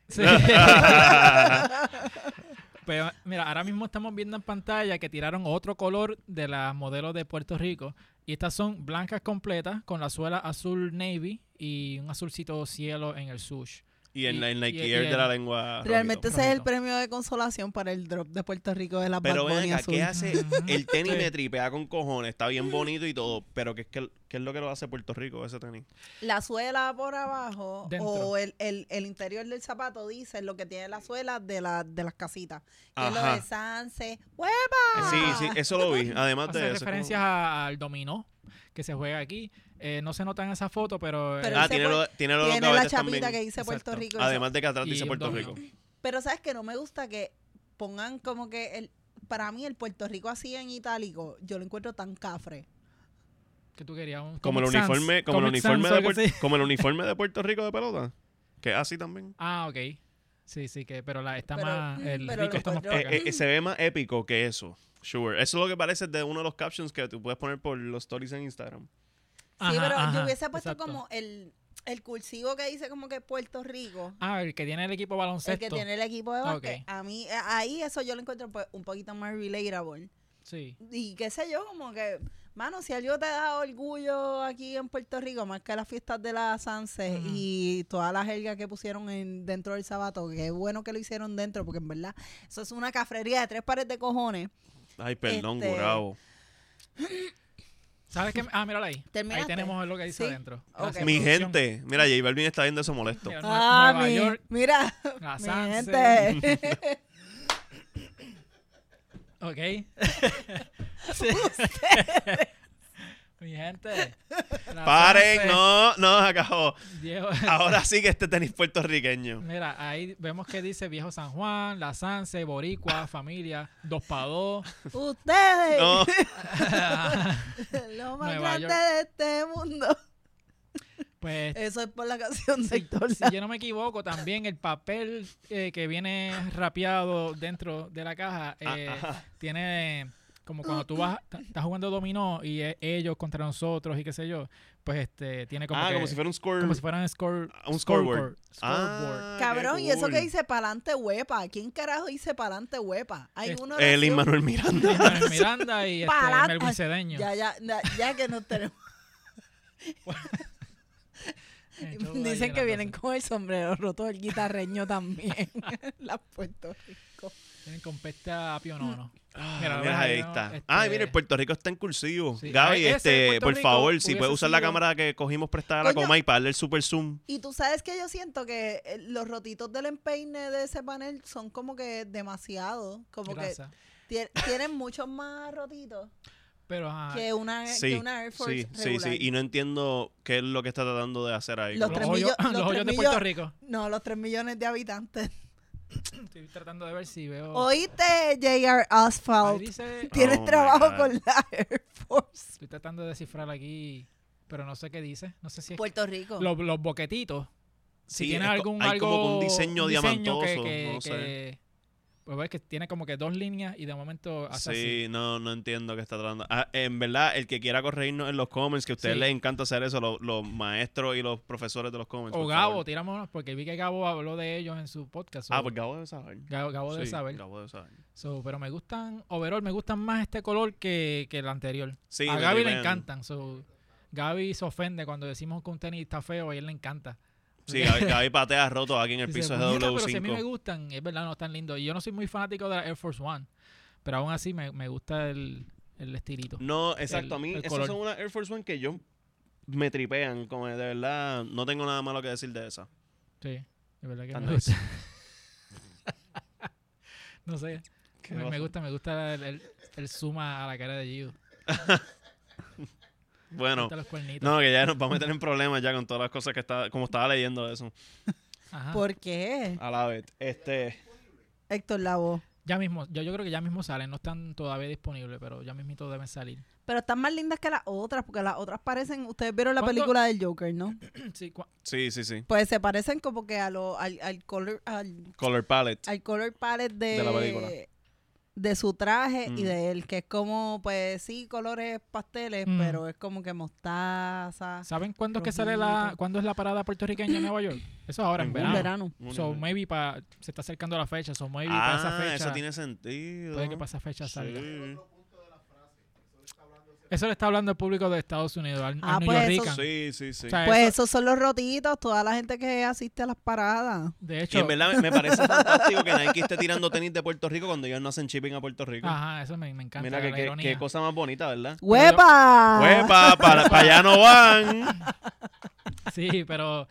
S1: Sí. [laughs] Pero, mira, ahora mismo estamos viendo en pantalla que tiraron otro color de las modelos de Puerto Rico. Y estas son blancas completas con la suela azul navy y un azulcito cielo en el sush.
S2: Y en la, en la
S1: Y- y- y
S2: Ikea de
S1: el-
S2: la lengua.
S3: Realmente
S2: Roquito.
S3: ese es el
S1: Rojito.
S3: premio de consolación para el drop de Puerto Rico de la
S2: Pero
S3: Bad
S2: ven
S3: Bunny
S2: acá,
S3: azul.
S2: ¿qué hace? El tenis
S1: Sí.
S2: me tripea con cojones, está bien bonito y todo, pero ¿qué es, que, qué es lo que lo hace Puerto Rico ese tenis?
S3: La suela por abajo
S1: Dentro.
S3: o el, el, el interior del zapato dice lo que tiene la suela de, la, de las casitas. Que es Ah. lo
S2: Ajá.
S3: de Sanse. ¡Hueva!
S2: Sí, sí, eso lo vi, además
S1: Hace
S2: de eso. es
S1: referencias
S2: como-
S1: a- al dominó que se juega aquí. Eh, no se nota en esa foto, pero... eh,
S3: Pero
S2: Ah,
S3: ese
S2: tiene,
S3: pues,
S2: lo, tiene, los
S3: Tiene la
S2: cabetes
S3: chapita
S2: también.
S3: que dice Puerto
S1: Exacto.
S3: Rico. y
S2: Además de que atrás
S1: Y
S2: dice
S1: un
S2: Puerto
S1: dominó.
S2: Rico.
S3: Pero sabes que no me gusta que pongan como que el para mí el Puerto Rico así en itálico, yo lo encuentro tan cafre.
S1: que tú querías un...
S2: Como el
S1: Comic Sans.
S2: uniforme, como el
S1: Comic
S2: uniforme,
S1: Sans,
S2: de
S1: algo así.
S2: Puerto, como el uniforme de Puerto Rico de pelota. Que es así también.
S1: Ah, ok. Sí, sí, que, pero la, está
S3: Pero,
S1: más...
S2: [laughs]
S3: mm,
S1: El
S3: pero
S1: rico
S3: lo
S1: está más
S3: encuentro-
S1: para
S2: Eh,
S1: acá.
S2: eh, eh, se ve más épico que eso. Sure. Eso es lo que parece de uno de los captions que tú puedes poner por los stories en Instagram.
S3: sí,
S1: Ajá,
S3: pero yo
S1: ajá,
S3: hubiese puesto
S1: exacto.
S3: como el, el cursivo que dice como que Puerto Rico.
S1: Ah, el que tiene el equipo baloncesto.
S3: El que tiene el equipo de
S1: Ah, ok.
S3: básquet. A mí, eh, ahí eso yo lo encuentro pues, un poquito más relatable.
S1: Sí.
S3: Y qué sé yo, como que, mano, si algo te da orgullo aquí en Puerto Rico, más que las fiestas de la Sanse
S1: Ujú.
S3: y todas las jergas que pusieron en, dentro del sabato, que es bueno que lo hicieron dentro, porque en verdad eso es una cafrería de tres pares de cojones.
S2: Ay, perdón,
S3: Este-
S2: Gurabo.
S1: ¿Sabes qué? Ah, míralo ahí. Ahí
S3: ¿Terminaste?
S1: tenemos lo que dice
S3: Sí.
S1: adentro.
S3: Ok.
S1: Gracias,
S2: Mi
S1: producción.
S2: gente. Mira, J Balvin está viendo eso molesto.
S1: Mira, Nue-
S3: Ah,
S1: Nueva
S3: mi-
S1: York,
S3: mira,
S1: la
S3: [laughs] mi
S1: Sanse. [laughs]
S3: gente. [laughs]
S1: Ok. Sí. Mi gente. la
S2: Paren,
S1: Sanse,
S2: no, no, acabó.
S1: Diego-
S2: Ahora sí que este tenis puertorriqueño.
S1: Mira, ahí vemos que dice Viejo San Juan, La Sanse, Boricua, Familia, Dos pa' Dos. [laughs]
S3: Ustedes,
S2: No,
S1: Eh,
S3: [laughs] lo más
S1: Nueva
S3: grande
S1: York.
S3: de este mundo.
S1: Pues
S3: Eso es por la canción de
S1: si,
S3: Héctor
S2: Ah,
S1: si yo no me equivoco, también el papel eh, que viene rapeado dentro de la caja eh,
S2: Ah, ah.
S1: tiene Como cuando tú vas, ta- estás jugando dominó y e- ellos contra nosotros y qué sé yo, pues este tiene como
S2: ah,
S1: que-
S2: como si fuera un score.
S1: como si fuera un score
S2: Ah, un scoreboard.
S1: scoreboard.
S2: Ah, qué
S3: Cabrón, y eso
S2: cool.
S3: que dice pa'lante huepa. ¿Quién carajo dice pa'lante huepa? Hay
S1: Es-
S3: uno
S2: El Manuel
S1: [laughs]
S2: Miranda.
S1: Y Manuel Miranda y este
S3: Palata.
S1: Melvin Cedeño.
S3: Ya, ya, ya, ya que
S1: [laughs]
S3: nos tenemos.
S1: Eh, todo ahí
S3: Dicen que
S1: en la
S3: vienen
S1: plaza.
S3: con el sombrero roto el guitarreño también. [laughs] Las Puerto Rico.
S1: vienen con peste a Pionono.
S2: Ah,
S1: Mira,
S2: mira,
S1: ves ahí,
S2: ahí
S1: ¿no?
S2: está.
S1: Este-
S2: Ah, mira, el Puerto Rico está en cursivo.
S1: Sí.
S2: Gaby,
S1: Ay, ese
S2: este,
S1: Puerto
S2: por
S1: Rico
S2: favor, si
S1: hubiese
S2: puedes usar la
S1: sido-
S2: cámara que cogimos prestada a la
S3: Coño.
S2: Comay para darle el super zoom.
S3: Y tú sabes que yo siento que eh, los rotitos del empeine de ese panel son como que demasiado. Como
S1: Grasa.
S3: que tie- tienen muchos más rotitos
S1: Pero ajá,
S3: que una,
S2: Sí,
S3: que Eh, una Air Force.
S2: sí, sí, sí.
S3: regular.
S2: Y no entiendo qué es lo que está tratando de hacer ahí.
S3: Los
S2: con
S1: los
S3: tres
S2: eso.
S1: hoyos,
S3: millo- los
S1: [laughs] los
S3: tres
S1: hoyos de
S3: millo-
S1: Puerto Rico.
S3: No, los 3 millones de habitantes.
S1: Estoy tratando de ver si veo.
S3: Oíste, J.R.
S1: Ahí
S3: Asphalt.
S1: Oh. dice,
S3: Tienes
S2: Oh my
S3: trabajo
S2: God.
S3: con la Air Force.
S1: estoy tratando de descifrar aquí, pero no sé qué dice. No sé si es
S3: Puerto Rico.
S1: los, los boquetitos. Si
S2: Sí,
S1: tiene
S2: es co-
S1: algún
S2: hay
S1: algo,
S2: como que un diseño
S1: un
S2: diamantoso,
S1: que- que-
S2: no sé.
S1: que- pues ves que tiene como que dos líneas y de momento hace así.
S2: Sí, no, no entiendo qué está tratando. Ah, en verdad, el que quiera corregirnos en los comments, que a ustedes
S1: Sí.
S2: les encanta hacer eso, los, los maestros y los profesores de los comments.
S1: O
S2: por
S1: Gabo,
S2: favor.
S1: tiramos unos, porque vi que Gabo habló de ellos en su podcast.
S2: Ah,
S1: so-
S2: pues Gabo debe saber.
S1: Gabo, Gabo debe
S2: Sí,
S1: saber.
S2: Gabo debe saber.
S1: So, pero me gustan, overall, me gustan más este color que, que el anterior.
S2: Sí,
S1: a
S2: me
S1: Gaby le
S2: tripean.
S1: encantan. So, Gaby se ofende cuando decimos que un tenis está feo y él le encanta.
S2: Sí, Gaby, Gaby patea roto aquí en el
S1: Dice,
S2: piso de
S1: "Puñeta, Pero si a mí me
S2: W5.
S1: gustan, es verdad, no están lindos. Y yo no soy muy fanático de la Air Force One, pero aún así me, me gusta el, el estilito.
S2: No, exacto. a mí,
S1: el
S2: esas
S1: color.
S2: son unas Air Force One que yo me tripean. Como de verdad, no tengo nada malo que decir de esa.
S1: Sí, es verdad que
S2: Tan
S1: me
S2: nice. [laughs]
S1: gusta. no sé.
S2: ¿Qué
S1: Me, me
S2: pasa?
S1: gusta, me gusta el, el, el suma a la cara de Gido.
S2: Bueno,
S1: Quita los cuernitos.
S2: no, que ya nos vamos a meter en problemas ya con todas las cosas que está, como estaba leyendo de eso.
S1: Ajá.
S3: Ah. ¿Por qué?
S2: A la vez. Este,
S3: Héctor Lavo.
S1: Ya mismo, yo, yo creo que ya mismo salen, no están todavía disponibles, pero ya mismito deben salir.
S3: Pero están más lindas que las otras, porque las otras parecen. Ustedes vieron la
S1: ¿Cuánto?
S3: película del Joker, ¿no?
S1: Sí, cua-
S2: sí, sí, sí.
S3: Pues se parecen como que a lo, al, al color, al,
S2: Color palette.
S3: al color palette de,
S2: De la película.
S3: de su traje y
S2: Mm.
S3: de él, que es como, pues sí, colores pasteles,
S1: Mm.
S3: pero es como que mostaza.
S1: [clears throat] ¿Saben cuándo es que sale la,
S3: Rojito.
S1: cuándo es la parada puertorriqueña en Nueva York? Eso es ahora, en
S2: En
S1: verano.
S3: Un verano.
S1: So, maybe pa- se está acercando la fecha, so maybe para esa
S2: ah,
S1: fecha.
S2: eso tiene sentido.
S1: Puede que para esa fecha salga.
S2: Sí.
S1: Eso le está hablando el público de Estados Unidos, al,
S3: Ah,
S1: al
S3: pues
S1: New
S3: eso
S1: York.
S2: Sí, sí, sí.
S3: Pues esos son los rotitos, toda la gente que asiste a las paradas.
S1: de
S2: Y
S1: hecho,
S2: en verdad me- me
S1: [laughs]
S2: parece fantástico que Nike esté tirando tenis de Puerto Rico cuando ellos no hacen shipping a Puerto Rico.
S1: ajá, eso me, me encanta.
S2: Mira que,
S1: la
S2: que-
S1: ironía.
S2: qué cosa más bonita, ¿verdad? Pues,
S3: ¡Huepa!
S2: ¡Huepa! Para, para allá no van.
S1: Sí, pero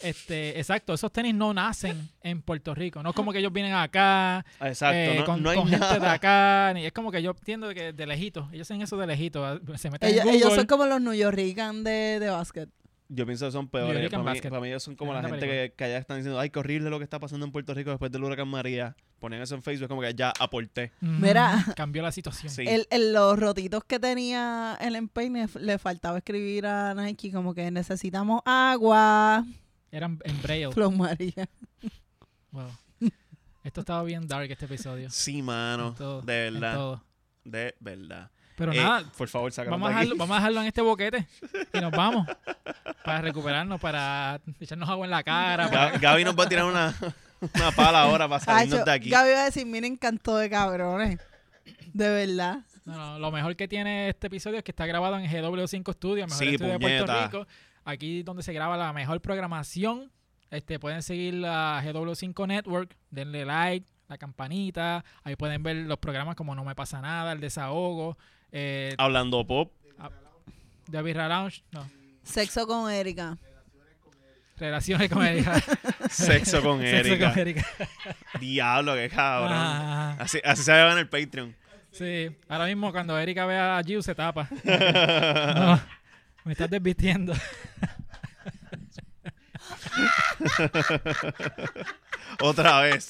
S1: este, exacto, esos tenis no nacen en Puerto Rico. No es como que ellos vienen acá,
S2: Exacto,
S1: eh,
S2: no,
S1: con,
S2: no hay
S1: con gente de
S2: nada.
S1: acá, ni- es como que yo entiendo que de lejitos, ellos hacen eso de lejitos, ah, se meten
S3: Ellos,
S1: en Google.
S3: ellos son como los New Yorkican de, de básquet.
S2: Yo pienso que son
S1: New
S2: peores.
S1: York en
S2: Para mí,
S1: básquet.
S2: para mí ellos son como la
S1: Tremenda
S2: gente que, que allá están diciendo, ay, qué horrible lo que está pasando en Puerto Rico después del huracán María. Ponían eso en Facebook como que ya aporté.
S1: Mm,
S3: Mira.
S1: [laughs] Cambió la situación.
S2: Sí.
S3: El, el- los rotitos que tenía el empeine f- le faltaba escribir a Nike como que necesitamos agua,
S1: Eran en Braille.
S3: Flow María.
S1: Wow. Esto estaba bien dark este episodio.
S2: Sí, mano.
S1: En todo,
S2: de
S1: en
S2: verdad.
S1: todo.
S2: De verdad.
S1: Pero
S2: Eh,
S1: nada,
S2: Por favor, sácanos
S1: vamos a,
S2: de
S1: dejarlo,
S2: aquí.
S1: vamos a dejarlo en este boquete y nos
S2: [laughs]
S1: vamos. Para recuperarnos, para echarnos agua en la cara. para-
S2: Ga- Gaby nos va a tirar una, una pala ahora para [laughs] salirnos
S3: Acho,
S2: de aquí.
S3: Gaby iba a decir, miren, canto de cabrones. De verdad.
S1: No, no, lo mejor que tiene este episodio es que está grabado en GW5 Studio, el mejor
S2: Sí,
S1: estudio de Puerto
S2: puñeta.
S1: Rico. Aquí donde se graba la mejor programación. Este, pueden seguir la GW5 Network, denle like, la campanita. Ahí pueden ver los programas como No Me Pasa Nada, El Desahogo, eh,
S2: Hablando pop.
S1: The Birra Lounge, no,
S3: Sexo con Erika.
S1: Relaciones con Erika.
S2: [laughs] Sexo
S1: [laughs]
S2: con
S1: Sexo
S2: Erika.
S1: con Erika.
S2: Diablo, qué cabrón.
S1: Ah,
S2: Así, así se ve en el Patreon.
S1: sí, ahora mismo cuando Erika ve a Giu se
S2: [laughs]
S1: tapa. No, me estás desvistiendo.
S2: Otra
S1: [laughs]
S2: vez.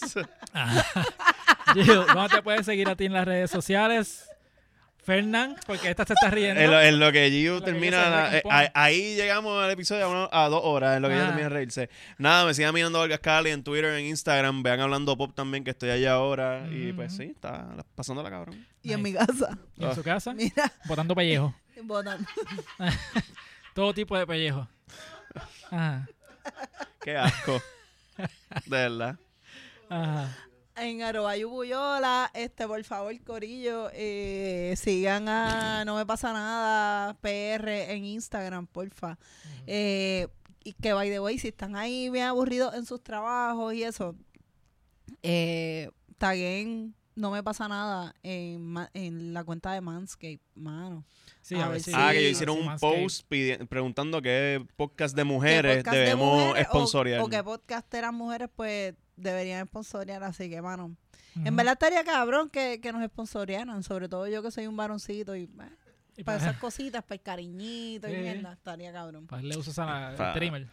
S1: Gio, ¿dónde te pueden seguir a ti en las redes sociales? Fernán, porque esta se está riendo.
S2: En lo, en lo que Giu
S1: que
S2: termina.
S1: ella se
S2: la- eh,
S1: recompone.
S2: ahí- ahí llegamos al episodio a, una- a dos horas, en lo que ella
S1: Ah.
S2: termina de reírse. Nada, me sigan mirando Vargas Cali en Twitter, en Instagram. Vean hablando pop también, que estoy allá ahora. Y pues
S1: Ujú.
S2: sí, está la- pasándola cabrón.
S3: Y en mi casa. [laughs]
S1: Y en su casa,
S3: Mira,
S1: botando pellejo.
S3: botando.
S1: Todo tipo de pellejo. Ajá, [laughs]
S2: Qué asco. de verdad.
S1: ajá.
S3: En Arobayo Buyola, este, por favor, Corillo, eh,
S2: [clears throat]
S3: sigan a No Me Pasa Nada PR en Instagram, porfa. Eh, y que, by the way, si están ahí bien aburridos en sus trabajos y eso, eh, taguen No Me Pasa Nada en, ma- en la cuenta de Manscape, mano.
S1: Sí, a
S3: A ver
S1: ver
S3: si-
S1: si.
S2: ah, que
S1: a
S2: yo
S1: ver
S2: hicieron
S1: si
S2: un
S1: Manscaped-
S2: post pidi- preguntando qué podcast de
S3: ¿Qué
S2: mujeres
S3: podcast de
S2: debemos
S3: mujeres o-
S2: sponsorear.
S3: O, que podcasteras mujeres, pues, deberían sponsorear, así que, mano.
S1: Ujú.
S3: En verdad estaría cabrón que, que nos sponsorearan, sobre todo yo que soy un varoncito y eh,
S1: Y pues,
S3: para
S1: para- [laughs]
S3: esas cositas, para el cariñito y
S1: Sí.
S3: mierda, estaría cabrón.
S1: para darle pues, uso a la
S2: Pa.
S1: al trimmer.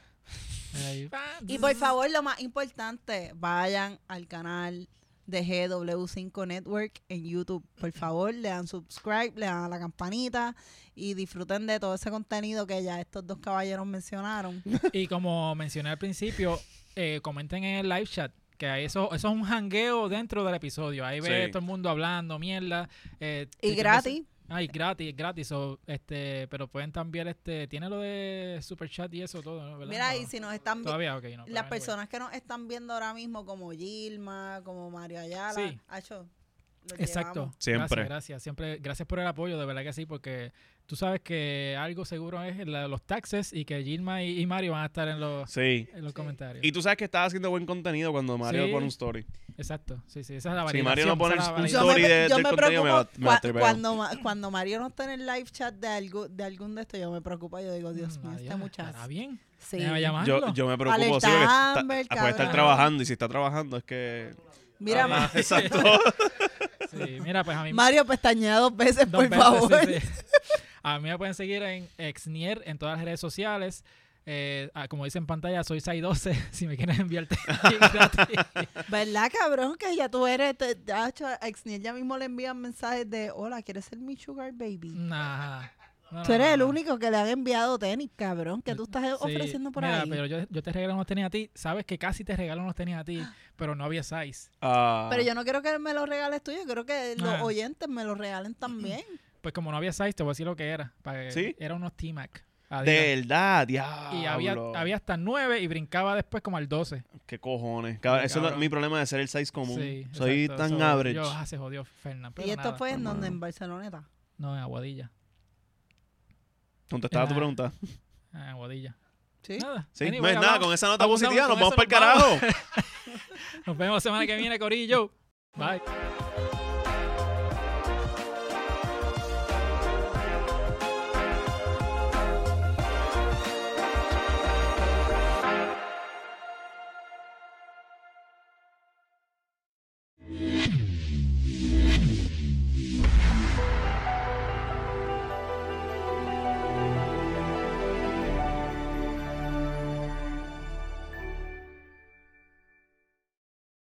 S1: Ahí, pa,
S3: Y por favor, lo más importante, vayan al canal de GW5 Network en YouTube. Por favor, le dan subscribe, le dan a la campanita y disfruten de todo ese contenido que ya estos dos
S1: [laughs]
S3: caballeros mencionaron.
S1: Y como mencioné al principio, eh, comenten en el live chat. Que ahí eso, eso es un jangueo dentro del episodio. Ahí ve
S2: Sí.
S1: todo el mundo hablando, mierda. eh,
S3: Y
S1: diciéndose-
S3: gratis,
S1: Ay, gratis, gratis. o, este, pero pueden también, este, tiene lo de super chat y eso todo, ¿no? ¿Verdad?
S3: mira,
S1: No,
S3: y si nos están vi-
S1: todavía, ok, no. pero
S3: las
S1: anyway.
S3: personas que nos están viendo ahora mismo, como Gilma, como Mario Ayala,
S1: Sí.
S3: hacho, los
S1: Exacto.
S3: llevamos.
S2: Siempre.
S1: Gracias, gracias. Siempre, gracias por el apoyo, de verdad que sí, porque tú sabes que algo seguro es la- los taxes y que Gilma y, y Mario van a estar en los,
S2: Sí.
S1: en los comentarios.
S2: Y tú sabes que estás haciendo buen contenido cuando Mario
S1: Sí.
S2: pone un story.
S1: Exacto. Sí, sí, esa es la
S2: Si
S1: validación.
S2: Mario no
S1: esa
S2: pone
S1: es la
S2: un
S1: validación.
S3: Yo
S2: story
S3: me,
S2: de-
S3: yo
S2: del
S3: me
S2: contenido, me
S3: preocupo
S2: va- me va a
S3: cua-
S2: tripeo.
S3: cuando, ma- cuando Mario no está en el live chat de algo de algún de estos, yo me preocupo. Yo digo, Dios
S1: Mm,
S3: mío, este
S1: Mariana,
S3: muchacho.
S1: ¿Estará bien?
S3: Sí.
S1: Déjame llamarlo.
S2: Yo, yo me preocupo, sí,
S3: Alerta
S2: porque está- ah,
S3: Amber,
S2: puede estar
S3: cabrón.
S2: trabajando y si está trabajando es que...
S3: Mira,
S2: Ajá,
S3: ma-
S2: exacto.
S1: [laughs] Sí, mira, pues a mí
S3: Mario pestañea dos veces,
S1: dos
S3: por
S1: veces,
S3: favor.
S1: sí, sí. A mí me pueden seguir en Exnier en todas las redes sociales. Eh, ah, como dice en pantalla, soy 612 [laughs] si me quieren enviar texto
S3: [laughs]
S1: gratis.
S3: [laughs] ¿Verdad, cabrón? Que ya tú eres. Te, ya, cho- a Exniel ya mismo le envían mensajes de: Hola, ¿quieres ser mi sugar baby?
S1: Nah. No,
S3: Tú
S1: no,
S3: eres
S1: no,
S3: el
S1: no.
S3: único que le han enviado tenis, cabrón. Que tú estás
S1: Sí,
S3: ofreciendo por
S1: mira,
S3: ahí.
S1: pero yo, yo te regalo unos tenis a ti. Sabes que casi te regalo unos tenis a ti, pero no había size.
S2: Ah,
S3: Pero yo no quiero que me lo regales tú, yo quiero que los
S1: Ah.
S3: oyentes me lo regalen también.
S1: Pues como no había size, te voy a decir lo que era. para que-
S2: ¿Sí?
S1: Era unos T-Mac.
S2: de verdad, diablo.
S1: Ah, Y había, había hasta 9 y brincaba después como al 12.
S2: ¿Qué cojones? Cabrón,
S1: Sí,
S2: eso es
S1: cabrón.
S2: lo- mi problema de ser el 6 común.
S1: Sí,
S2: Soy
S1: exacto,
S2: tan
S1: so,
S2: average.
S1: Yo, ah, se jodió Fernan, pero
S3: y esto
S1: nada.
S3: fue en donde, en Barcelona está.
S1: No, en Aguadilla.
S2: Contestaba tu
S1: Ah.
S2: pregunta.
S1: En Aguadilla.
S3: ¿Sí?
S1: Nada.
S2: Sí,
S1: Anyway,
S2: no es nada,
S1: hablamos.
S2: con esa nota
S1: abusamos,
S2: positiva nos
S1: con
S2: vamos para el
S1: eso nos
S2: carajo.
S1: Nos vemos la semana que viene, Corillo. Bye.